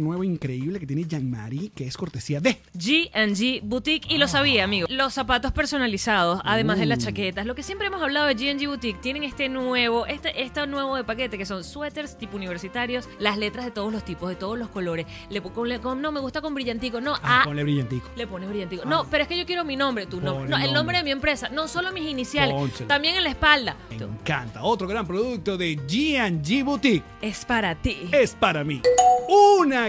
nuevo increíble que tiene Jean-Marie, que es cortesía de. G&G Boutique Ah. y lo sabía, amigo. Los zapatos personalizados, además de las Uh. chaquetas, lo que siempre hemos hablado de G&G Boutique, tienen este nuevo, este, este nuevo de paquete que son suéteres tipo universitarios, las letras de todos los tipos, de todos los colores. Le, pon- le- con- no me gusta con brillantico, no, Ah, ah, ponle brillantico. le pones brillantico. No, pero es que yo quiero mi nombre, tu nombre, Pon no, el el nombre. nombre de mi empresa, no solo mis iniciales, Pónselo. también en la espalda. Me encanta. Otro gran producto de G&G Boutique Es para ti. es para mí. Una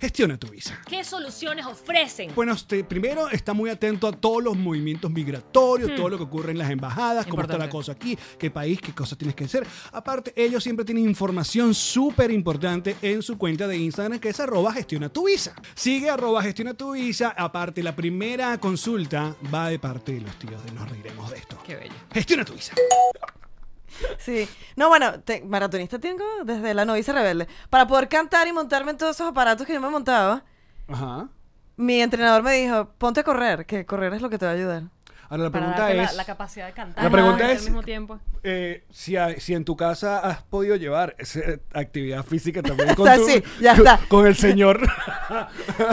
Gestiona tu visa. ¿Qué soluciones ofrecen? Bueno, este, primero está muy atento a todos los movimientos migratorios, todo lo que ocurre en las embajadas, cómo está la Importante. cosa aquí, qué país, qué cosas tienes que hacer. Aparte, ellos siempre tienen información súper importante en su cuenta de Instagram que es arroba gestiona tu visa. Sigue arroba gestiona tu visa. Aparte, la primera consulta va de parte de los tíos de Nos Reiremos de esto. Qué bello. Gestiona tu visa. Sí. No, bueno, te- maratonista tengo desde la novicia rebelde. Para poder cantar y montarme en todos esos aparatos que yo me montaba, Ajá. mi entrenador me dijo, ponte a correr, que correr es lo que te va a ayudar. Ahora Para la pregunta darte la- es... la, capacidad de cantar la pregunta al es- mismo tiempo. eh, si, a- si en tu casa has podido llevar ese- actividad física también con, sea, tu- sí, ya con- está. con el señor.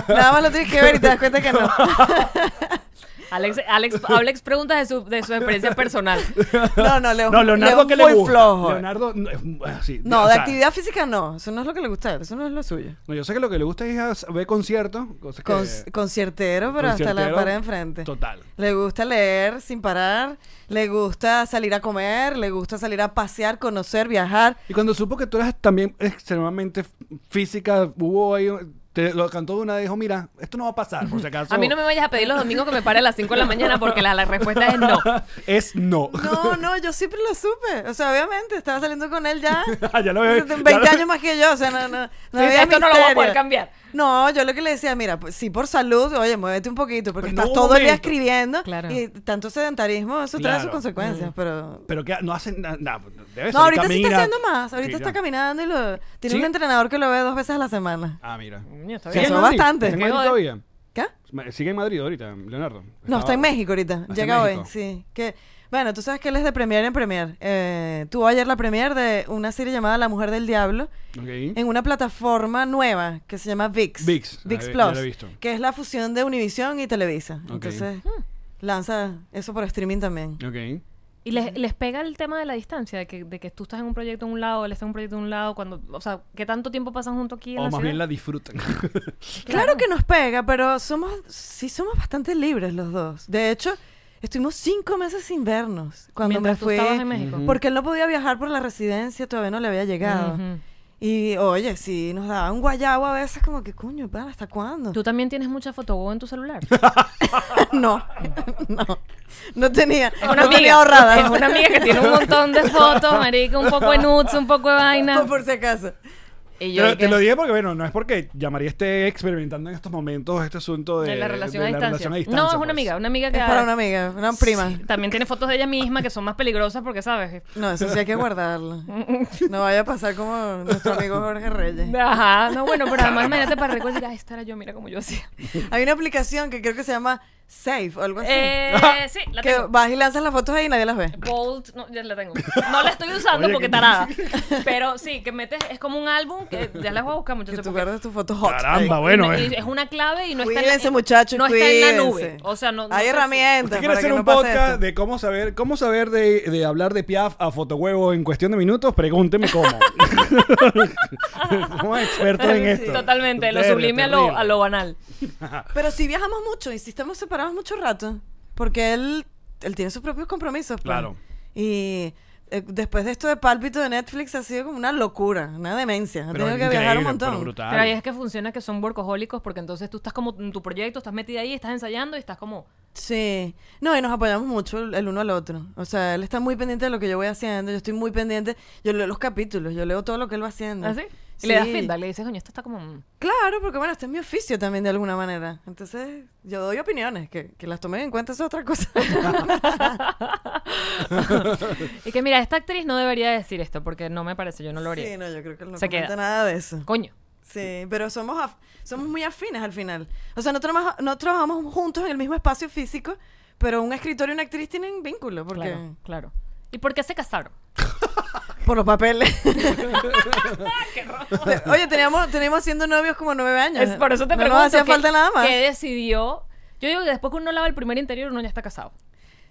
Nada más lo tienes que ver y te das cuenta que no. Alex, Alex, Alex pregunta de su, de su experiencia personal. No, no, Leo. No, Leonardo Leo que es le muy gusta. flojo. Leonardo no, es- bueno, sí, no, o de sea, actividad física no. Eso no es lo que le gusta a él, eso no es lo suyo. No, yo sé que lo que le gusta es as- ver conciertos, cosas que- Con- conciertero, pero hasta la conciertero, pared de enfrente. Total. Le gusta leer sin parar, le gusta salir a comer, le gusta salir a pasear, conocer, viajar. Y cuando supo que tú eras también extremadamente f- física, hubo ahí un- te lo cantó de una y dijo, "Mira, esto no va a pasar, por si acaso." A mí no me vayas a pedir los domingos que me pare a las 5 de la mañana porque la, la respuesta es no. es no. No, no, yo siempre lo supe. O sea, obviamente, estaba saliendo con él ya. Ya lo veo, ya 20 lo- años más que yo, o sea, no, no. no Sí, había esto no lo voy a misterio. poder cambiar. No, yo lo que le decía, mira, pues, sí por salud, oye, muévete un poquito, porque Pero no estás hubo todo el día Pues, momento. escribiendo Claro. y tanto sedentarismo, eso trae Claro. sus consecuencias, pero... Pero que no hacen nada, debe No, ser ahorita sí camina. está haciendo más, ahorita Sí, está ya. caminando y lo... Tiene ¿Sí? un entrenador que lo ve dos veces a la semana. Ah, mira. Coño, está Sí, bien. eso en es Madrid? bastante. ¿Está en Madrid Qué todavía? ¿Qué? Ma- Sigue en Madrid ahorita, Leonardo. No, está en México ahorita. en Llega hoy, México. sí. Que, bueno, tú sabes que él es de premier en premier. Eh, tuvo ayer la premier de una serie llamada La Mujer del Diablo Ok. en una plataforma nueva que se llama VIX. ViX, VIX ah, ya Plus. la he visto. Que es la fusión de Univision y Televisa. Ok. Entonces, lanza eso por streaming también. Ok. Y les, les pega el tema de la distancia, de que, de que tú estás en un proyecto de un lado, él está en un proyecto de un lado, cuando, o sea, ¿qué tanto tiempo pasan junto aquí? en O la más ciudad? bien la disfrutan. Claro que nos pega, pero somos, sí somos bastante libres los dos. De hecho, estuvimos cinco meses sin vernos cuando Mientras me tú fui. estabas en México. Porque él no podía viajar por la residencia, todavía no le había llegado. Ujú. Y oye, si nos daba un guayabo a veces, como que coño, pana, ¿hasta cuándo? Tú también tienes mucha fotogo en tu celular. no, no, no tenía, Es una no tenía amiga ahorrada. Es una amiga que tiene un montón de fotos, marica, un poco de nudes, un poco de vaina. Por si acaso. Y Te, yo lo- te dije, lo dije porque, bueno, no es porque llamaría esté experimentando en estos momentos este asunto de, de la relación, de a, la distancia. relación a No, distancia, es una pues. amiga, una amiga que Es para una amiga, una prima. también tiene fotos de ella misma que son más peligrosas porque, ¿sabes? No, eso sí hay que guardarlo. No vaya a pasar como nuestro amigo Jorge Reyes. Ajá, no, bueno, pero además imagínate para recuerdo ay, esta era yo, mira cómo yo hacía. Hay una aplicación que creo que se llama Safe o algo así. Eh, sí, la que tengo. vas y lanzas las fotos ahí y nadie las ve. Bolt, no, ya la tengo. No la estoy usando Oye, porque que- tarada. Pero sí, que metes, es como un álbum que ya las voy a buscar, Que muchachos. tú porque- guardas tus fotos hot. Caramba, ahí. bueno, y- y eh. es una clave y no está Cuídense, en, muchachos, no está en la nube. cuídense. O sea, no, no Hay sé si- herramientas ¿Usted quiere para hacer que un no pase podcast esto. de cómo saber, cómo saber de, de hablar de Piaf a fotohuevo en cuestión de minutos? Pregúnteme cómo. Somos expertos en esto. Totalmente, lo Terrible, sublime a lo, terrible. a lo banal. Pero si viajamos mucho y si estamos separados mucho rato, porque él, él tiene sus propios compromisos. pues. Claro. Y eh, después de esto de pálpito de Netflix ha sido como una locura, una demencia. Ha Pero tenido que viajar un increíble, pero montón. brutal. Pero ahí es que funciona que son workahólicos porque entonces tú estás como en tu proyecto, estás metida ahí, estás ensayando y estás como... Sí, no, y nos apoyamos mucho el, el uno al otro. O sea, él está muy pendiente de lo que yo voy haciendo, yo estoy muy pendiente, yo leo los capítulos, yo leo todo lo que él va haciendo. ¿Así? ¿Ah, Y le das Ah, Sí. feedback, le dices, coño, esto está como... mm". Claro, porque bueno, este es mi oficio también de alguna manera. Entonces, yo doy opiniones, que, que las tomen en cuenta es otra cosa. y que mira, esta actriz no debería decir esto porque no me parece, yo no lo haría. Sí, no, yo creo que él no Se comenta queda. nada de eso. Coño. Sí, pero somos, af- somos muy afines al final. O sea, no, trabaja- no trabajamos juntos en el mismo espacio físico, pero un escritor y una actriz tienen vínculo, porque Claro, claro. ¿Y por qué se casaron? por los papeles. Te- Oye, teníamos, teníamos siendo novios como nueve años. Es- por eso te no pregunto. Nos hacía ¿qué- falta nada más. ¿Qué decidió? Yo digo que después que uno lava el primer interior, uno ya está casado.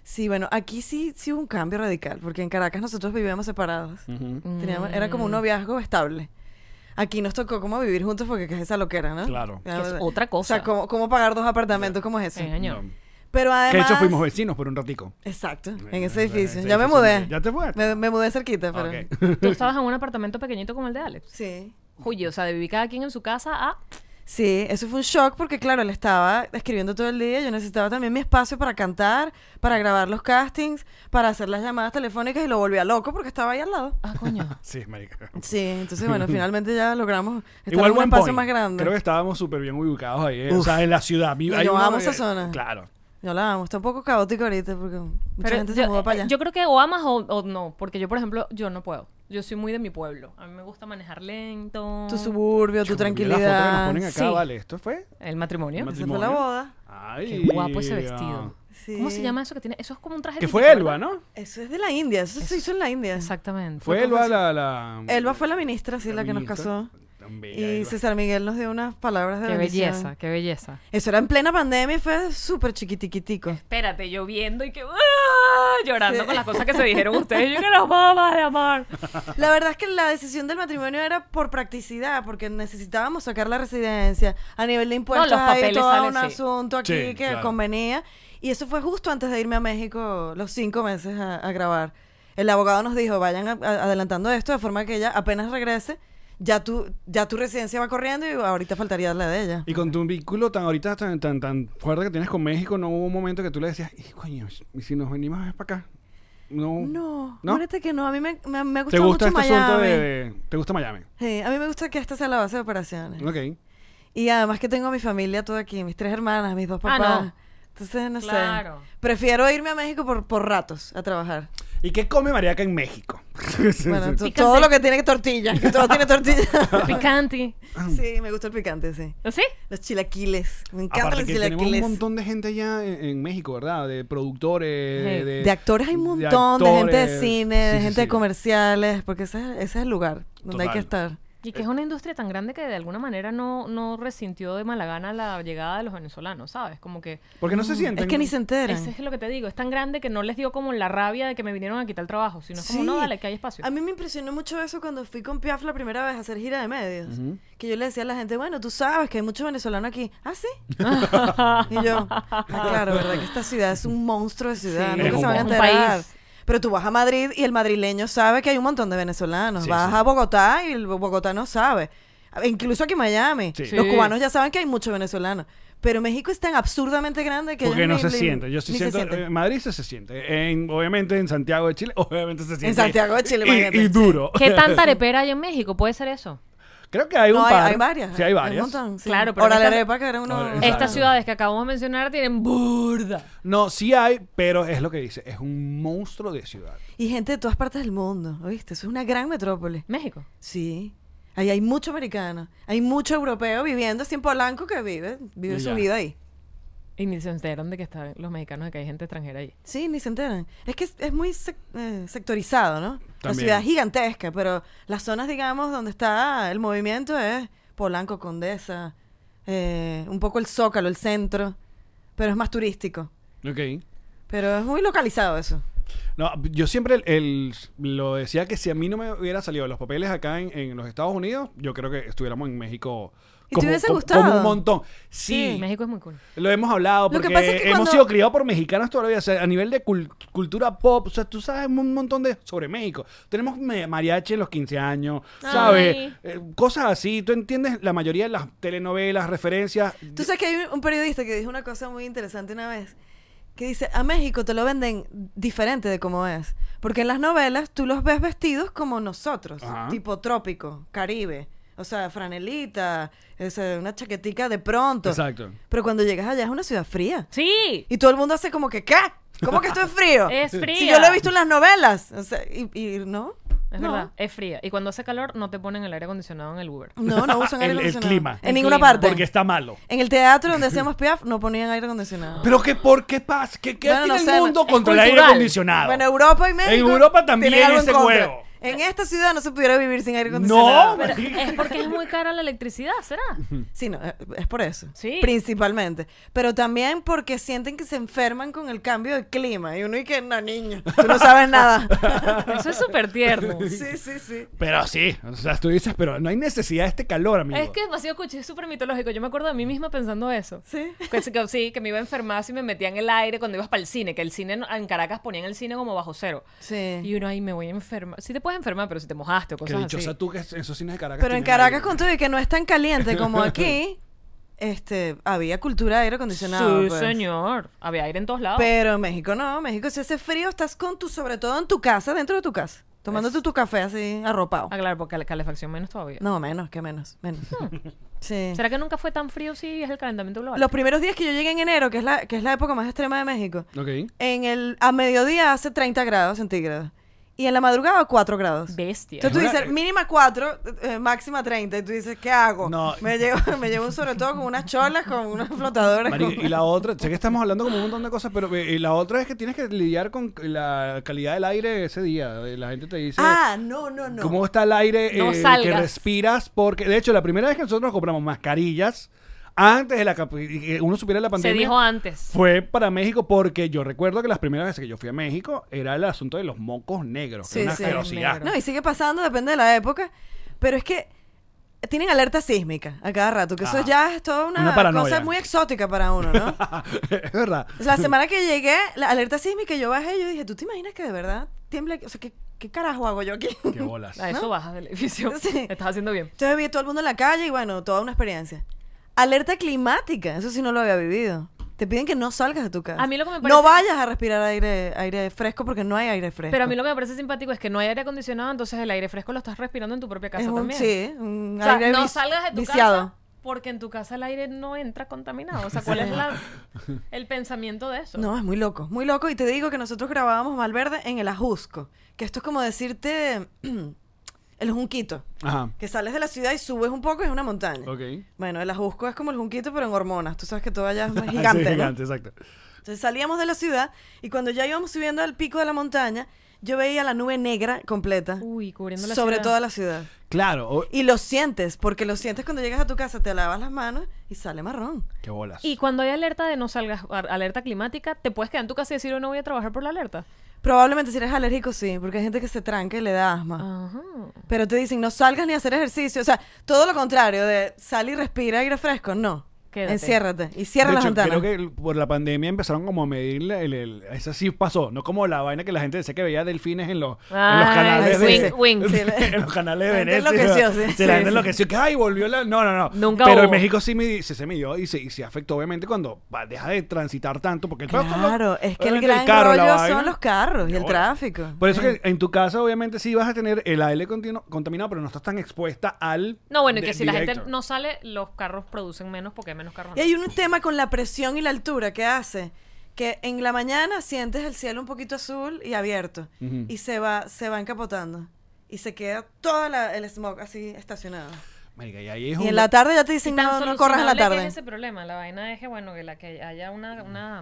Sí, bueno, aquí sí, sí hubo un cambio radical, porque en Caracas nosotros vivíamos separados. Mm. Teníamos- era como Mm. un noviazgo estable. Aquí nos tocó como vivir juntos porque que es esa loquera, ¿no? Claro. Ya, Que es ¿verdad? otra cosa. O sea, ¿cómo, cómo pagar dos apartamentos? ¿Cómo es eso? Sí, señor. Pero además... Que de hecho fuimos vecinos por un ratico. Exacto, en Bueno, ese en ese edificio. Ya edificio me mudé. también. Ya te fuiste. Me, me mudé cerquita, Ah, pero... Ok. Tú estabas en un apartamento pequeñito como el de Alex. Sí. Oye, o sea, de vivir cada quien en su casa a... Sí, eso fue un shock porque, claro, él estaba escribiendo todo el día. Yo necesitaba también mi espacio para cantar, para grabar los castings, para hacer las llamadas telefónicas y lo volvía loco porque estaba ahí al lado. Ah, coño. Sí, marica. Sí, entonces, bueno, finalmente ya logramos estar Igual en Este un buen espacio point. más grande. Creo que estábamos súper bien ubicados ahí. eh. O Uf. sea, en la ciudad. Mi- Y hay yo uno amo esa que- zona. Claro. Yo la amo. Está un poco caótico ahorita porque mucha Pero gente yo, eh, se mudó para allá. yo creo que o amas o, o no, porque yo, por ejemplo, yo no puedo. Yo soy muy de mi pueblo. A mí me gusta manejar lento. tu suburbio, tu Chamo, mira La foto que nos tranquilidad. ponen acá, Sí. vale. Esto fue. El matrimonio. El Esa fue la matrimonio. boda. Ay, Qué guapo ese ah. vestido. Sí. ¿Cómo se llama eso que tiene? Eso es como un traje. Que típico, fue Elba, ¿verdad? ¿no? Eso es de la India. Eso se hizo en la India. Exactamente. Fue Elba la, la. Elba fue la ministra, sí, la, que nos casó. Y César Miguel nos dio unas palabras de Qué bendición. belleza, qué belleza. Eso era en plena pandemia y fue súper chiquitiquitico. Espérate, lloviendo y que. ¡ah! Llorando Sí. con las cosas que se dijeron ustedes. Yo que las mamás de amar. La verdad es que la decisión del matrimonio era por practicidad, porque necesitábamos sacar la residencia. A nivel de impuestos los hay papeles todo salen, un sí. asunto aquí Sí, que claro. convenía. Y eso fue justo antes de irme a México los cinco meses a, a grabar. El abogado nos dijo, vayan a- a- adelantando esto de forma que ella apenas regrese, ya tu, ya tu residencia va corriendo y ahorita faltaría la de ella. Y con tu vínculo tan ahorita tan, tan, tan fuerte que tienes con México, no hubo un momento que tú le decías, "Y, coño, ¿y si nos venimos para acá? No. No, Uh. ¿No? fíjate que no, a mí me, me, me ha ¿Te gustado gusta este mucho asunto Miami. de, de- ¿Te gusta Miami? Sí, a mí me gusta que esta sea la base de operaciones. Ok. Y además que tengo a mi familia toda aquí, mis tres hermanas, mis dos Ah, papás. no. Entonces, no Claro. sé. Prefiero irme a México por, por ratos a trabajar. ¿Y qué come Mariaca en México? Bueno, to- Picante. todo lo que tiene que tortilla, que todo tiene tortilla. Picante. sí, me gusta el picante, sí. ¿Sí? Los chilaquiles, me encantan Aparte los que tenemos un chilaquiles. montón de gente allá en, en México, ¿verdad? De productores, Sí. de, De actores hay un montón, de, gente de actores. cine, de Sí, sí, gente de sí. comerciales, porque ese, ese es el lugar donde hay Total. que estar. Y que es una industria tan grande que de alguna manera no, no resintió de mala gana la llegada de los venezolanos, ¿sabes? Como que Porque no se sienten. Mm, Es que ni se enteran. Eso es lo que te digo, es tan grande que no les dio como la rabia de que me vinieron a quitar el trabajo, sino es como, no, Sí. dale, que hay espacio. A mí me impresionó mucho eso cuando fui con Piaf la primera vez a hacer gira de medios. Que yo le decía a la gente, bueno, tú sabes que hay muchos venezolanos aquí. ¿Ah, sí? y yo, "Ah, claro, ¿verdad? Que esta ciudad es un monstruo de ciudad. Sí, Nunca es se van a un enterar. país. Pero tú vas a Madrid y el madrileño sabe que hay un montón de venezolanos. Sí, vas sí. a Bogotá y el bogotano sabe. A- Incluso aquí en Miami. Sí. Los Sí. cubanos ya saben que hay muchos venezolanos. Pero México es tan absurdamente grande que Porque ellos no ni- se ni- siente. Yo sí ni se siento. eh, sienten. En Madrid sí se siente. En- obviamente en Santiago de Chile, obviamente se siente. Santiago de Chile, Y- imagínate, Y, sí. duro. ¿Qué tanta arepera hay en México? ¿Puede ser eso? Creo que hay un No, hay, par. hay varias. Sí, hay varias. un montón. sí. Claro, pero Órale, estas- arepa, que era uno- Órale, Exacto. Estas ciudades que acabamos de mencionar tienen burda. No, sí hay, pero es lo que dice. Es un monstruo de ciudad. Y gente de todas partes del mundo, ¿oíste? Eso es una gran metrópoli. México. Sí. Ahí hay mucho americano, hay mucho europeo viviendo, así en Polanco que vive, vive Y su ya. vida ahí. Y ni se enteran de que están los mexicanos, de que hay gente extranjera ahí. Sí, ni se enteran. Es que es, es muy sec- eh, sectorizado, ¿no? La También. ciudad es gigantesca, pero las zonas, digamos, donde está el movimiento es Polanco, Condesa, eh, un poco el Zócalo, el centro, pero es más turístico. Ok. Pero es muy localizado eso. No, yo siempre el- el- lo decía que si a mí no me hubiera salido los papeles acá en, en los Estados Unidos, yo creo que estuviéramos en México. ¿Y te hubiese como- gustado? como un montón. Sí, México es muy cool. lo hemos hablado Lo que porque pasa es que hemos cuando- sido criados por mexicanos todavía. O sea, a nivel de cul- cultura pop, o sea, tú sabes un montón de sobre México. Tenemos me- mariachi en los 15 años, ¿sabes? Ay. Eh, cosas así. Tú entiendes la mayoría de las telenovelas, referencias. Tú sabes que hay un- un periodista que dijo una cosa muy interesante una vez, que dice, a México te lo venden diferente de cómo es, porque en las novelas tú los ves vestidos como nosotros, Ajá. tipo trópico, caribe, o sea, franelita, ese, una chaquetica de pronto. Exacto. Pero cuando llegas allá es una ciudad fría. ¡Sí! Y todo el mundo hace como que, ¿qué? ¿Cómo que esto es frío? Es fría. Si yo lo he visto en las novelas. O sea, y, y no. Es no. verdad, es fría. Y cuando hace calor, no te ponen el aire acondicionado en el Uber. No, no usan aire El- el acondicionado. clima. En El ninguna clima. parte. Porque está malo. En el teatro donde hacíamos Piaf no ponían aire acondicionado. Pero que por qué pasa, que qué Bueno, no tiene sé, el mundo es contra el aire cultural. acondicionado. Bueno, Europa y México. En Europa también tienen algo en ese contra. huevo. En esta ciudad no se pudiera vivir sin aire No, acondicionado. marica. Es porque es muy cara la electricidad, ¿será? Sí, no, eh, es por eso. Sí. Principalmente. Pero también porque sienten que se enferman con el cambio de clima. Y uno y que, no, niño, tú no sabes nada. Eso es súper tierno. sí, sí, sí. Pero sí, o sea, tú dices, pero no hay necesidad de este calor, amigo. Es que es demasiado cuchi, es súper mitológico. Yo me acuerdo de mí misma pensando eso. Sí. Que, sí, que sí, que me iba a enfermar si me metía en el aire cuando ibas para el cine, que el cine en- en Caracas ponían el cine como bajo cero. Sí. Y uno ahí me voy a enfermar. Sí te puedes enfermar, pero si te mojaste o Que cosas así. dichosa tú que esos cines de Caracas. Pero en tienen Caracas, aire. con todo y que no es tan caliente como aquí, este, había cultura de aire acondicionado. sí, pues. señor. Había aire en todos lados. Pero en México no, en México si hace frío estás con tu, sobre todo en tu casa, dentro de tu casa, tomándote tu café así arropado. Ah, claro, porque la calefacción menos todavía. No, menos, que menos, menos. Sí. Hmm. ¿Será que nunca fue tan frío si es el calentamiento global? Los primeros días que yo llegué en enero, que es la, que es la época más extrema de México, Ok. en el, a mediodía hace 30 grados centígrados y en la madrugada 4 grados. Bestia. Entonces tú Es una- dices, mínima 4, máxima 30. Y tú dices, ¿qué hago? No. Me, llevo, me llevo un sobre todo con unas cholas, con unos flotadores. Marica, con- y la otra, sé que estamos hablando como un montón de cosas, pero eh, y la otra es que tienes que lidiar con la calidad del aire ese día. Eh, La gente te dice Ah, no, no, no. cómo está el aire No eh, que salgas. respiras, porque de hecho la primera vez que nosotros nos compramos mascarillas antes de la cap- y que uno supiera la Se pandemia. dijo antes. Fue para México porque yo recuerdo que las primeras veces que yo fui a México era el asunto de los mocos negros. que Sí, era una sí, ferocidad. negro. No, y sigue pasando, depende de la época. Pero es que tienen alerta sísmica a cada rato, que eso Ajá. ya es toda una, Ah. Una paranoia. cosa muy exótica para uno, ¿no? es verdad. la semana que llegué, la alerta sísmica, yo bajé y yo dije, ¿tú te imaginas que de verdad tiembla? aquí? O sea, ¿qué, qué carajo hago yo aquí? Qué bolas. A eso bajas del edificio. Sí. Estás haciendo bien. Entonces vi a todo el mundo en la calle y bueno, toda una experiencia. Alerta climática, eso sí no lo había vivido. Te piden que no salgas de tu casa. A mí lo que me parece- No vayas a respirar aire, aire fresco porque no hay aire fresco. Pero a mí lo que me parece simpático es que no hay aire acondicionado, entonces el aire fresco lo estás respirando en tu propia casa es un, también. sí, un O sea, aire no vici- salgas de tu viciado. casa porque en tu casa el aire no entra contaminado. O sea, ¿cuál es la, el pensamiento de eso? No, es muy loco, muy loco. Y te digo que nosotros grabábamos Malverde en el Ajusco, que esto es como decirte el Junquito, Ajá. que sales de la ciudad y subes un poco y es una montaña. Ok. Bueno, el Ajusco es como el Junquito, pero en hormonas. Tú sabes que todo allá es más gigante. Ah, Sí, ¿no? gigante, exacto. Entonces salíamos de la ciudad y cuando ya íbamos subiendo al pico de la montaña, yo veía la nube negra completa Uy, cubriendo Uh, la sobre ciudad. toda la ciudad. Claro, oh, o- Y lo sientes, porque lo sientes cuando llegas a tu casa, te lavas las manos y sale marrón. qué bolas. Y cuando hay alerta de no salgas, a- alerta climática, te puedes quedar en tu casa y decir, hoy no voy a trabajar por la alerta. Probablemente si eres alérgico, sí, porque hay gente que se tranca y le da asma. Ajá. Pero te dicen, no salgas ni a hacer ejercicio. O sea, todo lo contrario de sal y respira aire fresco. No. Quédate. Enciérrate y De cierra las hecho, ventanas. creo que el- por la pandemia empezaron como a medir el, el- eso sí pasó, no como la vaina que la gente decía que veía delfines en los, en los Ah, canales sí, de sí. Wing, wing. en los canales de La gente Venecia. enloqueció, sí. Se la gente Sí, sí. enloqueció que ay, volvió la No, no, no. Nunca Pero en hubo. México sí midi- sí se, midió y se, y se afectó obviamente cuando va- deja de transitar tanto porque el peor son los- Claro, es que el obviamente gran carro, la rollo vaina. son los carros y el No, tráfico. Por eso que en tu casa obviamente sí vas a tener el aire continuo- contaminado, pero no estás tan expuesta al No, bueno, y de- que si la gente director. no sale, los carros producen menos porque hay menos carros. Y hay un tema con la presión y la altura que hace que en la mañana sientes el cielo un poquito azul y abierto Ujú. y se va se va encapotando y se queda todo el smog así estacionado. Marica, y ahí es Y en un- la tarde ya te dicen Y tan no, no corras en la solucionable que tarde. Mm. es ese problema. La vaina es que, bueno, que, la que haya una, una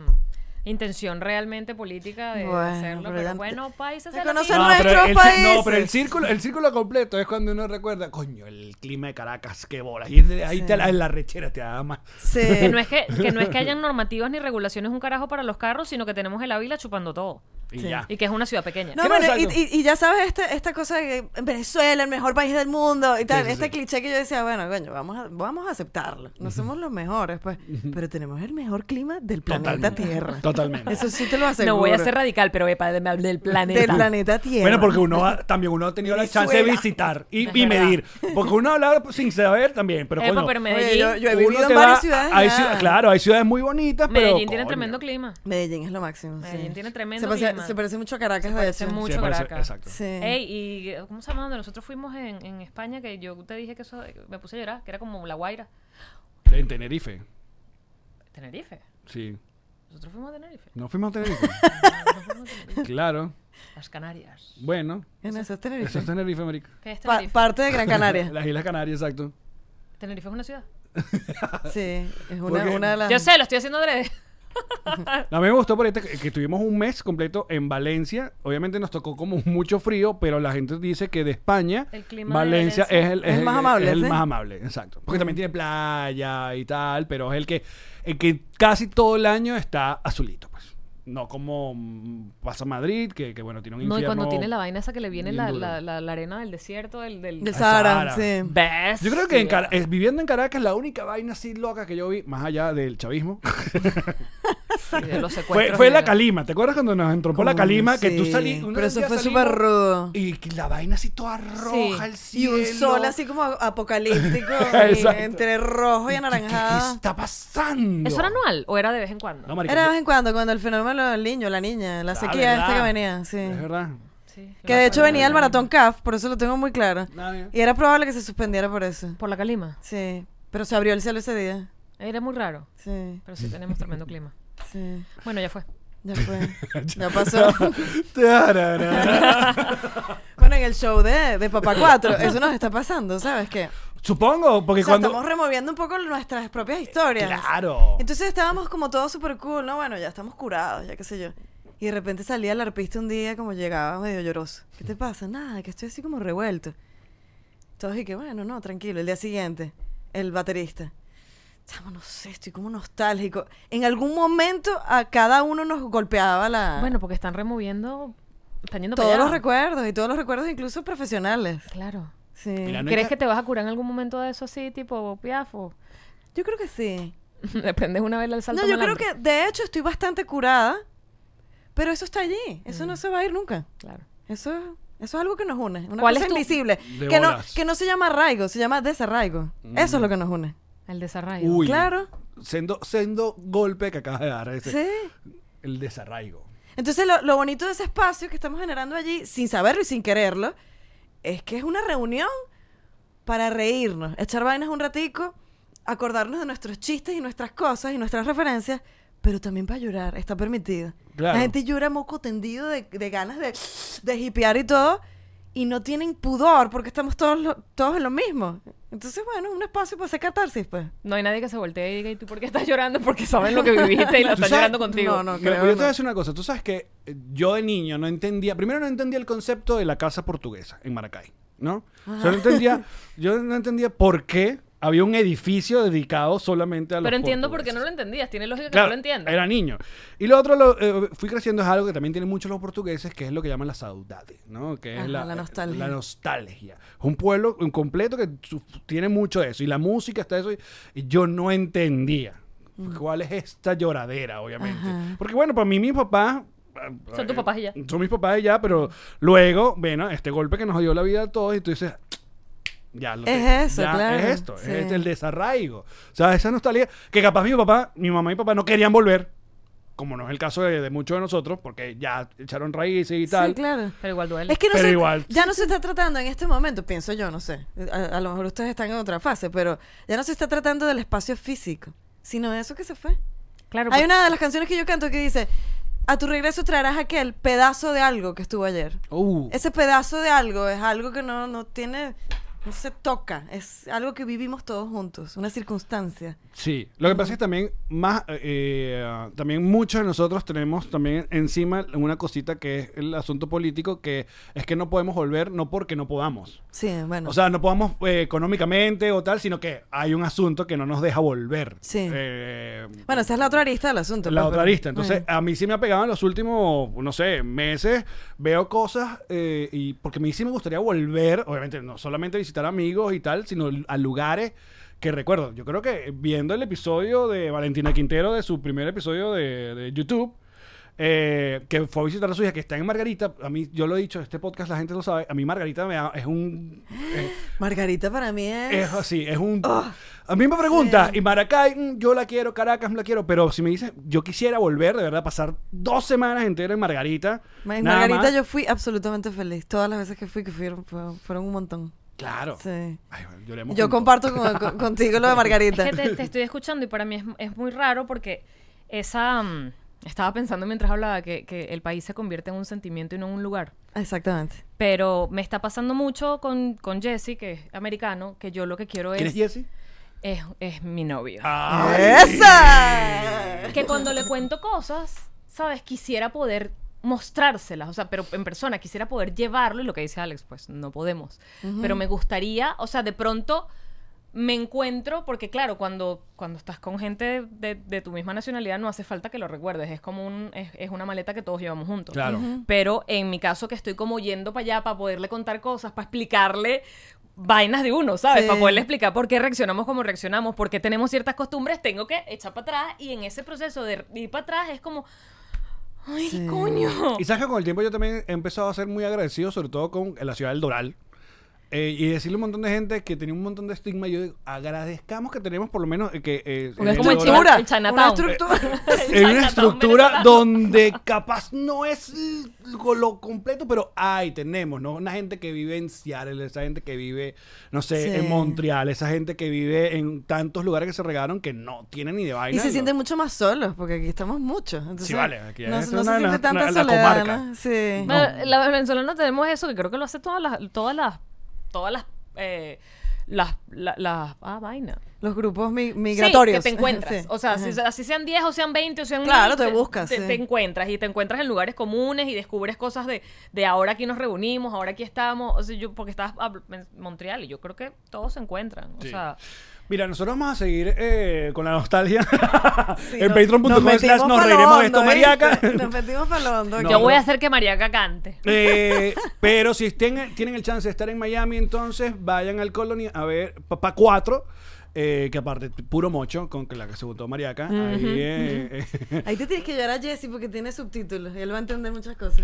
intención realmente política de Bueno, hacerlo. pero Pero, ya- bueno, países de Reconoce Latinoamérica- nuestros pero el, ci- No, países. pero el círculo, el círculo completo es cuando uno recuerda, coño, el clima de Caracas, qué bola. Y de ahí Sí. te la, en la rechera te da más. Que Sí. no, es que, que no es que hayan normativas ni regulaciones un carajo para los carros, sino que tenemos el Ávila chupando todo. Y Sí. ya. Y que es una ciudad pequeña. No, ¿Qué más bueno, y, algo? y- y ya sabes esta, esta cosa de que Venezuela, el mejor país del mundo y tal, Sí, sí, este sí. cliché que yo decía, bueno, coño, vamos a, vamos a aceptarlo. No somos los mejores, pues, pero tenemos el mejor clima del planeta Totalmente. Tierra. Totalmente. Eso sí te lo aseguro. No voy a ser radical, pero epa, de- del planeta. del planeta Tierra. Bueno, porque uno ha- también uno ha tenido la chance de Venezuela. visitar y, Es y verdad. medir. Porque uno habla sin saber también, pero Epa, coño, pero Medellín, Oye, yo, yo he uno vivido te en varias da- ciudades. hay ya. ciudad- claro, hay ciudades muy bonitas, pero. Medellín tiene coño, tremendo clima. Medellín es lo máximo. sí. Medellín tiene tremendo se parece, clima. Se parece mucho a Caracas, de parece hecho. mucho. Sí, parece- Caracas. Exacto. Sí. Ey, ¿y cómo se llama donde nosotros fuimos en, en España? Que yo te dije que eso me puse a llorar, que era como La Guaira. En Tenerife. Tenerife. Sí. Nosotros fuimos a Tenerife. No fuimos a Tenerife. Nosotros fuimos a Tenerife. claro. Las Canarias. Bueno. En esas Eso Tenerife. es Tenerife, marica. ¿Qué es Pa- Tenerife? parte de Gran Canaria. Las Islas Canarias, exacto. Tenerife es una ciudad. sí, es una, Porque- una de las. Yo sé, lo estoy haciendo adrede. A mí me gustó por este que, que estuvimos un mes completo en Valencia. Obviamente nos tocó como mucho frío, pero la gente dice que de España, El clima Valencia de Valencia. es el, Es más amable, es el ¿sí? más amable, exacto. Porque también tiene playa y tal, pero es el que, el que casi todo el año está azulito, pues. No como mm, pasa Madrid, que, que, bueno, tiene un No, y infierno. cuando tiene la vaina esa que le viene bien la, duro. la, la, la arena del desierto, del... del... Del Al Sahara, Sahara. sí. Bestia. Yo creo que en Cara- eh, viviendo en Caracas, la única vaina así loca que yo vi, más allá del chavismo, Sí, de los fue, secuestros fue y de- la calima. ¿Te acuerdas cuando nos entró por la Coño, calima? Que tú sí. salí uno de Pero los eso días fue salimos- súper rudo. Y que la vaina así toda roja, el Y cielo. un sol así como apocalíptico, Exacto. y entre rojo y ¿Qué- qué- ¿Qué, anaranjado. está pasando? ¿Eso era anual o era de vez en cuando? No, marica, Era de yo- vez en cuando, cuando el fenómeno del niño, la niña, la Ah, sequía esta ¿verdad? que venía, sí. Es verdad. Sí. Que de hecho venía el maratón CAF, por eso lo tengo muy claro. Nadie. Y era probable que se suspendiera por eso. Por la calima. Sí. Pero se abrió el cielo ese día. Era muy raro, Sí, pero sí tenemos tremendo clima. sí. Bueno, ya fue. Ya fue. ya pasó. Tarara. bueno, en el show de, de Papá 4, eso nos está pasando, ¿sabes qué? Supongo, porque O sea, cuando. estamos removiendo un poco nuestras propias historias. Claro. Entonces estábamos como todos súper cool, ¿no? Bueno, ya estamos curados, ya qué sé yo. Y de repente salía el arpista un día como llegaba medio lloroso. ¿Qué te pasa? Nada, que estoy así como revuelto. Todos y que bueno, no, tranquilo. El día siguiente, el baterista. Chamo, no sé, estoy como nostálgico. En algún momento a cada uno nos golpeaba la... Bueno, porque están removiendo, están yendo para Ah. todos allá. los recuerdos y todos los recuerdos incluso profesionales. Claro. Sí. Mira, Ah, no ¿Crees es que te vas a curar en algún momento de eso así, tipo piafo? Yo creo que sí. Le prendes una vela al salto. No, yo creo que de hecho estoy bastante curada, pero eso está allí. Eso Mm. no se va a ir nunca. Claro. Eso, eso es algo que nos une. Una ¿Cuál cosa es tu- invisible. De Que no, bolas. Mm. que no se llama arraigo, se llama desarraigo. Eso es lo que nos une. El desarraigo. Uy. Claro. Sendo, sendo golpe que acabas de dar. ese. Sí. El desarraigo. Entonces, lo, lo bonito de ese espacio que estamos generando allí, sin saberlo y sin quererlo, es que es una reunión para reírnos, echar vainas un ratico, acordarnos de nuestros chistes y nuestras cosas y nuestras referencias, pero también para llorar, está permitido. Claro. La gente llora moco tendido de, de ganas de, de hipear y todo, y no tienen pudor porque estamos todos, lo- todos en lo mismo. Entonces, bueno, un espacio para hacer catarsis, pues. No hay nadie que se voltee y diga, ¿y tú por qué estás llorando? Porque saben lo que viviste y lo ¿Tú están sabes? llorando contigo. No, no, Mira, creo. pero yo te voy a no. decir una cosa. Tú sabes que eh, yo de niño no entendía. Primero no entendía el concepto de la casa portuguesa en Maracay, ¿no? O Ah. sea, no entendía, yo no entendía por qué había un edificio dedicado solamente a los Pero entiendo por qué portugueses. no lo entendías. Tiene lógica que Claro, no lo entiendas. Era niño. Y lo otro, lo, eh, fui creciendo, es algo que también tienen muchos los portugueses, que es lo que llaman la saudade, ¿no? Que es Ajá, la, eh, la nostalgia. la nostalgia. Es un pueblo un completo que su- tiene mucho eso. Y la música está eso. Y, y yo no entendía Mm. cuál es esta lloradera, obviamente. Porque bueno, para mí mis papás... Son eh, tus papás y ya. Son mis papás y ya, pero luego, bueno, este golpe que nos dio la vida a todos y tú dices, ya lo Es tengo. eso, Ya claro. Es esto, Sí. es el desarraigo. O sea, esa nostalgia que capaz mi papá, mi mamá y mi papá no querían volver, como no es el caso de, de muchos de nosotros, porque ya echaron raíces y tal. Sí, claro. Pero igual duele. Es que no Pero se- igual. ya no se está tratando en este momento, pienso yo, no sé. A, a lo mejor ustedes están en otra fase, pero ya no se está tratando del espacio físico, sino de eso que se fue. Claro, Hay pues- una de las canciones que yo canto que dice, a tu regreso traerás aquel pedazo de algo que estuvo ayer. Uh, Ese pedazo de algo es algo que no, no tiene, no se toca, es algo que vivimos todos juntos, una circunstancia. sí. Lo que pasa es que también, más, eh, también muchos de nosotros tenemos también encima una cosita que es el asunto político, que es que no podemos volver, no porque no podamos. Sí, bueno. O sea, no podamos eh, económicamente o tal, sino que hay un asunto que no nos deja volver. Sí. Eh, bueno, esa es la otra arista del asunto. La pues, otra pero- arista. Entonces, a mí sí me ha pegado en los últimos, no sé, meses. Veo cosas eh, y porque a mí sí me gustaría volver, obviamente, no solamente visitar amigos y tal, sino a lugares que recuerdo. Yo creo que viendo el episodio de Valentina Quintero, de su primer episodio de, de YouTube, eh, que fue a visitar a su hija, que está en Margarita. A mí, yo lo he dicho, este podcast la gente lo sabe. A mí Margarita me da- es un... es- Margarita para mí es... es así, es un... Ah, a mí me pregunta, y Maracay, mm, yo la quiero, Caracas la quiero, pero si me dices, yo quisiera volver, de verdad, pasar dos semanas enteras en Margarita. Ma- En nada Margarita más. yo fui absolutamente feliz. Todas las veces que fui, que fueron, fueron, fueron un montón. Claro. Sí. Ay, bueno, lloremos Yo juntos. comparto con- con- contigo lo de Es Margarita. que te, te estoy escuchando y para mí es, es muy raro porque esa... mm, estaba pensando mientras hablaba que, que el país se convierte en un sentimiento y no en un lugar. Exactamente. Pero me está pasando mucho con, con Jesse, que es americano, que yo lo que quiero ¿Quién es Ah, es... Jessy? Es, es mi novio. ¡Esa! Que cuando le cuento cosas, ¿sabes? Quisiera poder mostrárselas, o sea, pero en persona, quisiera poder llevarlo y lo que dice Alex, pues no podemos. Pero me gustaría, o sea, de pronto me encuentro, porque claro, cuando, cuando estás con gente de, de tu misma nacionalidad no hace falta que lo recuerdes, es como un, es, es una maleta que todos llevamos juntos. Claro. Pero en mi caso que estoy como yendo para allá para poderle contar cosas, para explicarle vainas de uno, ¿sabes? Sí. Para poderle explicar por qué reaccionamos como reaccionamos, por qué tenemos ciertas costumbres, tengo que echar para atrás y en ese proceso de ir para atrás es como, ay, coño. Y sabes que con el tiempo yo también he empezado a ser muy agradecido, sobre todo con la ciudad del Doral. eh, y decirle a un montón de gente que tenía un montón de estigma, yo digo, agradezcamos que tenemos por lo menos eh, que... eh, Una en el como el Doral- China- estructura. el Chinatown. Una estructura. en Exacto, una estructura venezolano. donde capaz no es lo, lo completo, pero hay, tenemos, ¿no? Una gente que vive en Seattle, esa gente que vive, no sé, Sí. en Montreal, esa gente que vive en tantos lugares que se regaron que no tienen ni de vaina. Y se ¿no? sienten mucho más solos, porque aquí estamos muchos. Entonces, Sí, vale, aquí no, es no una- se una- siente tanta una- la soledad, comarca. ¿no? Sí. No. Bueno, La venezolana tenemos eso, que creo que lo hace todas las, todas las, todas las, eh, las, la- las, ah, vaina. Los grupos mi- Sí, migratorios. que te encuentras. Sí. O sea, si- Ajá. así sean 10 o sean 20 o sean Claro, mil, te buscas, Te, sí. te encuentras y te encuentras en lugares comunes y descubres cosas de, de ahora aquí nos reunimos, ahora aquí estamos. O sea, yo, porque estás hab- en Montreal y yo creo que todos se encuentran. O Sí. sea, Mira, nosotros vamos a seguir eh, con la nostalgia en no- patreon.com nos slash metimos nos pa' lo reiremos de hondo, esto, ¿eh? mariaca. Nos metimos para lo hondo. No, aquí. yo voy no. a hacer que Mariaca cante. Eh, pero si estén- tienen el chance de estar en Miami, entonces vayan al Colony a ver Papá 4. eh, que aparte, puro mocho, con la que se votó Mariaca. ahí, eh, eh, Ahí te tienes que llevar a Jesse porque tiene subtítulos y él va a entender muchas cosas.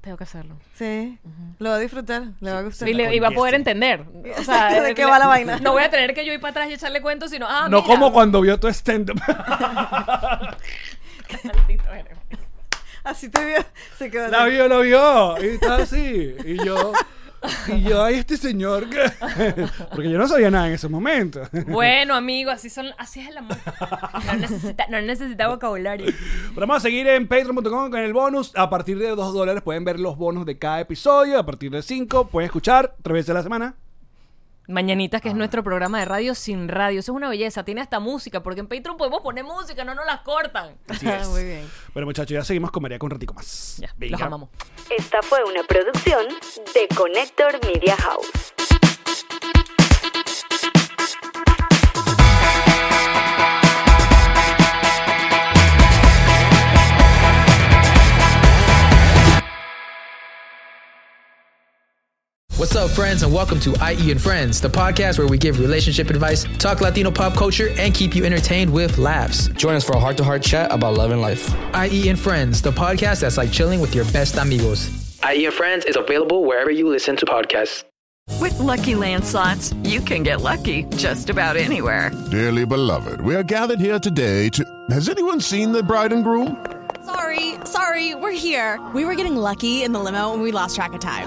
Tengo que hacerlo. Sí, lo va a disfrutar, le va a gustar. Y, le- con y va a poder Jessy. entender. O sea, Exacto, ¿de qué va la vaina? No voy a tener que yo ir para atrás y echarle cuentos, sino. Ah, no mira. como cuando vio tu stand-up. Maldito eres. Así te vio, se quedó. la así. vio, la vio. Y estaba así. Y yo, Y yo, ay, este señor. que-". Porque yo no sabía nada en esos momentos. Bueno, amigo, así son, así es el amor. No necesita, no necesita vocabulario. Pero vamos a seguir en patreon.com con el bonus. A partir de 2 dólares pueden ver los bonos de cada episodio. A partir de 5 pueden escuchar tres veces a la semana. Mañanitas, que es nuestro programa de radio sin radio. Eso es una belleza, tiene hasta música, porque en Patreon podemos poner música, no nos las cortan. Así es. Ah, Muy bien. Bueno, muchachos, ya seguimos con María con un ratico más. Ya, Venga. los amamos. Esta fue una producción de Connector Media House. What's up, friends, and welcome to IE and Friends, the podcast where we give relationship advice, talk Latino pop culture, and keep you entertained with laughs. Join us for a heart to heart chat about love and life. IE and Friends, the podcast that's like chilling with your best amigos. IE E and Friends is available wherever you listen to podcasts. With Lucky Land slots, you can get lucky just about anywhere. Dearly beloved, we are gathered here today to. Has anyone seen the bride and groom? Sorry, sorry, we're here. We were getting lucky in the limo and we lost track of time.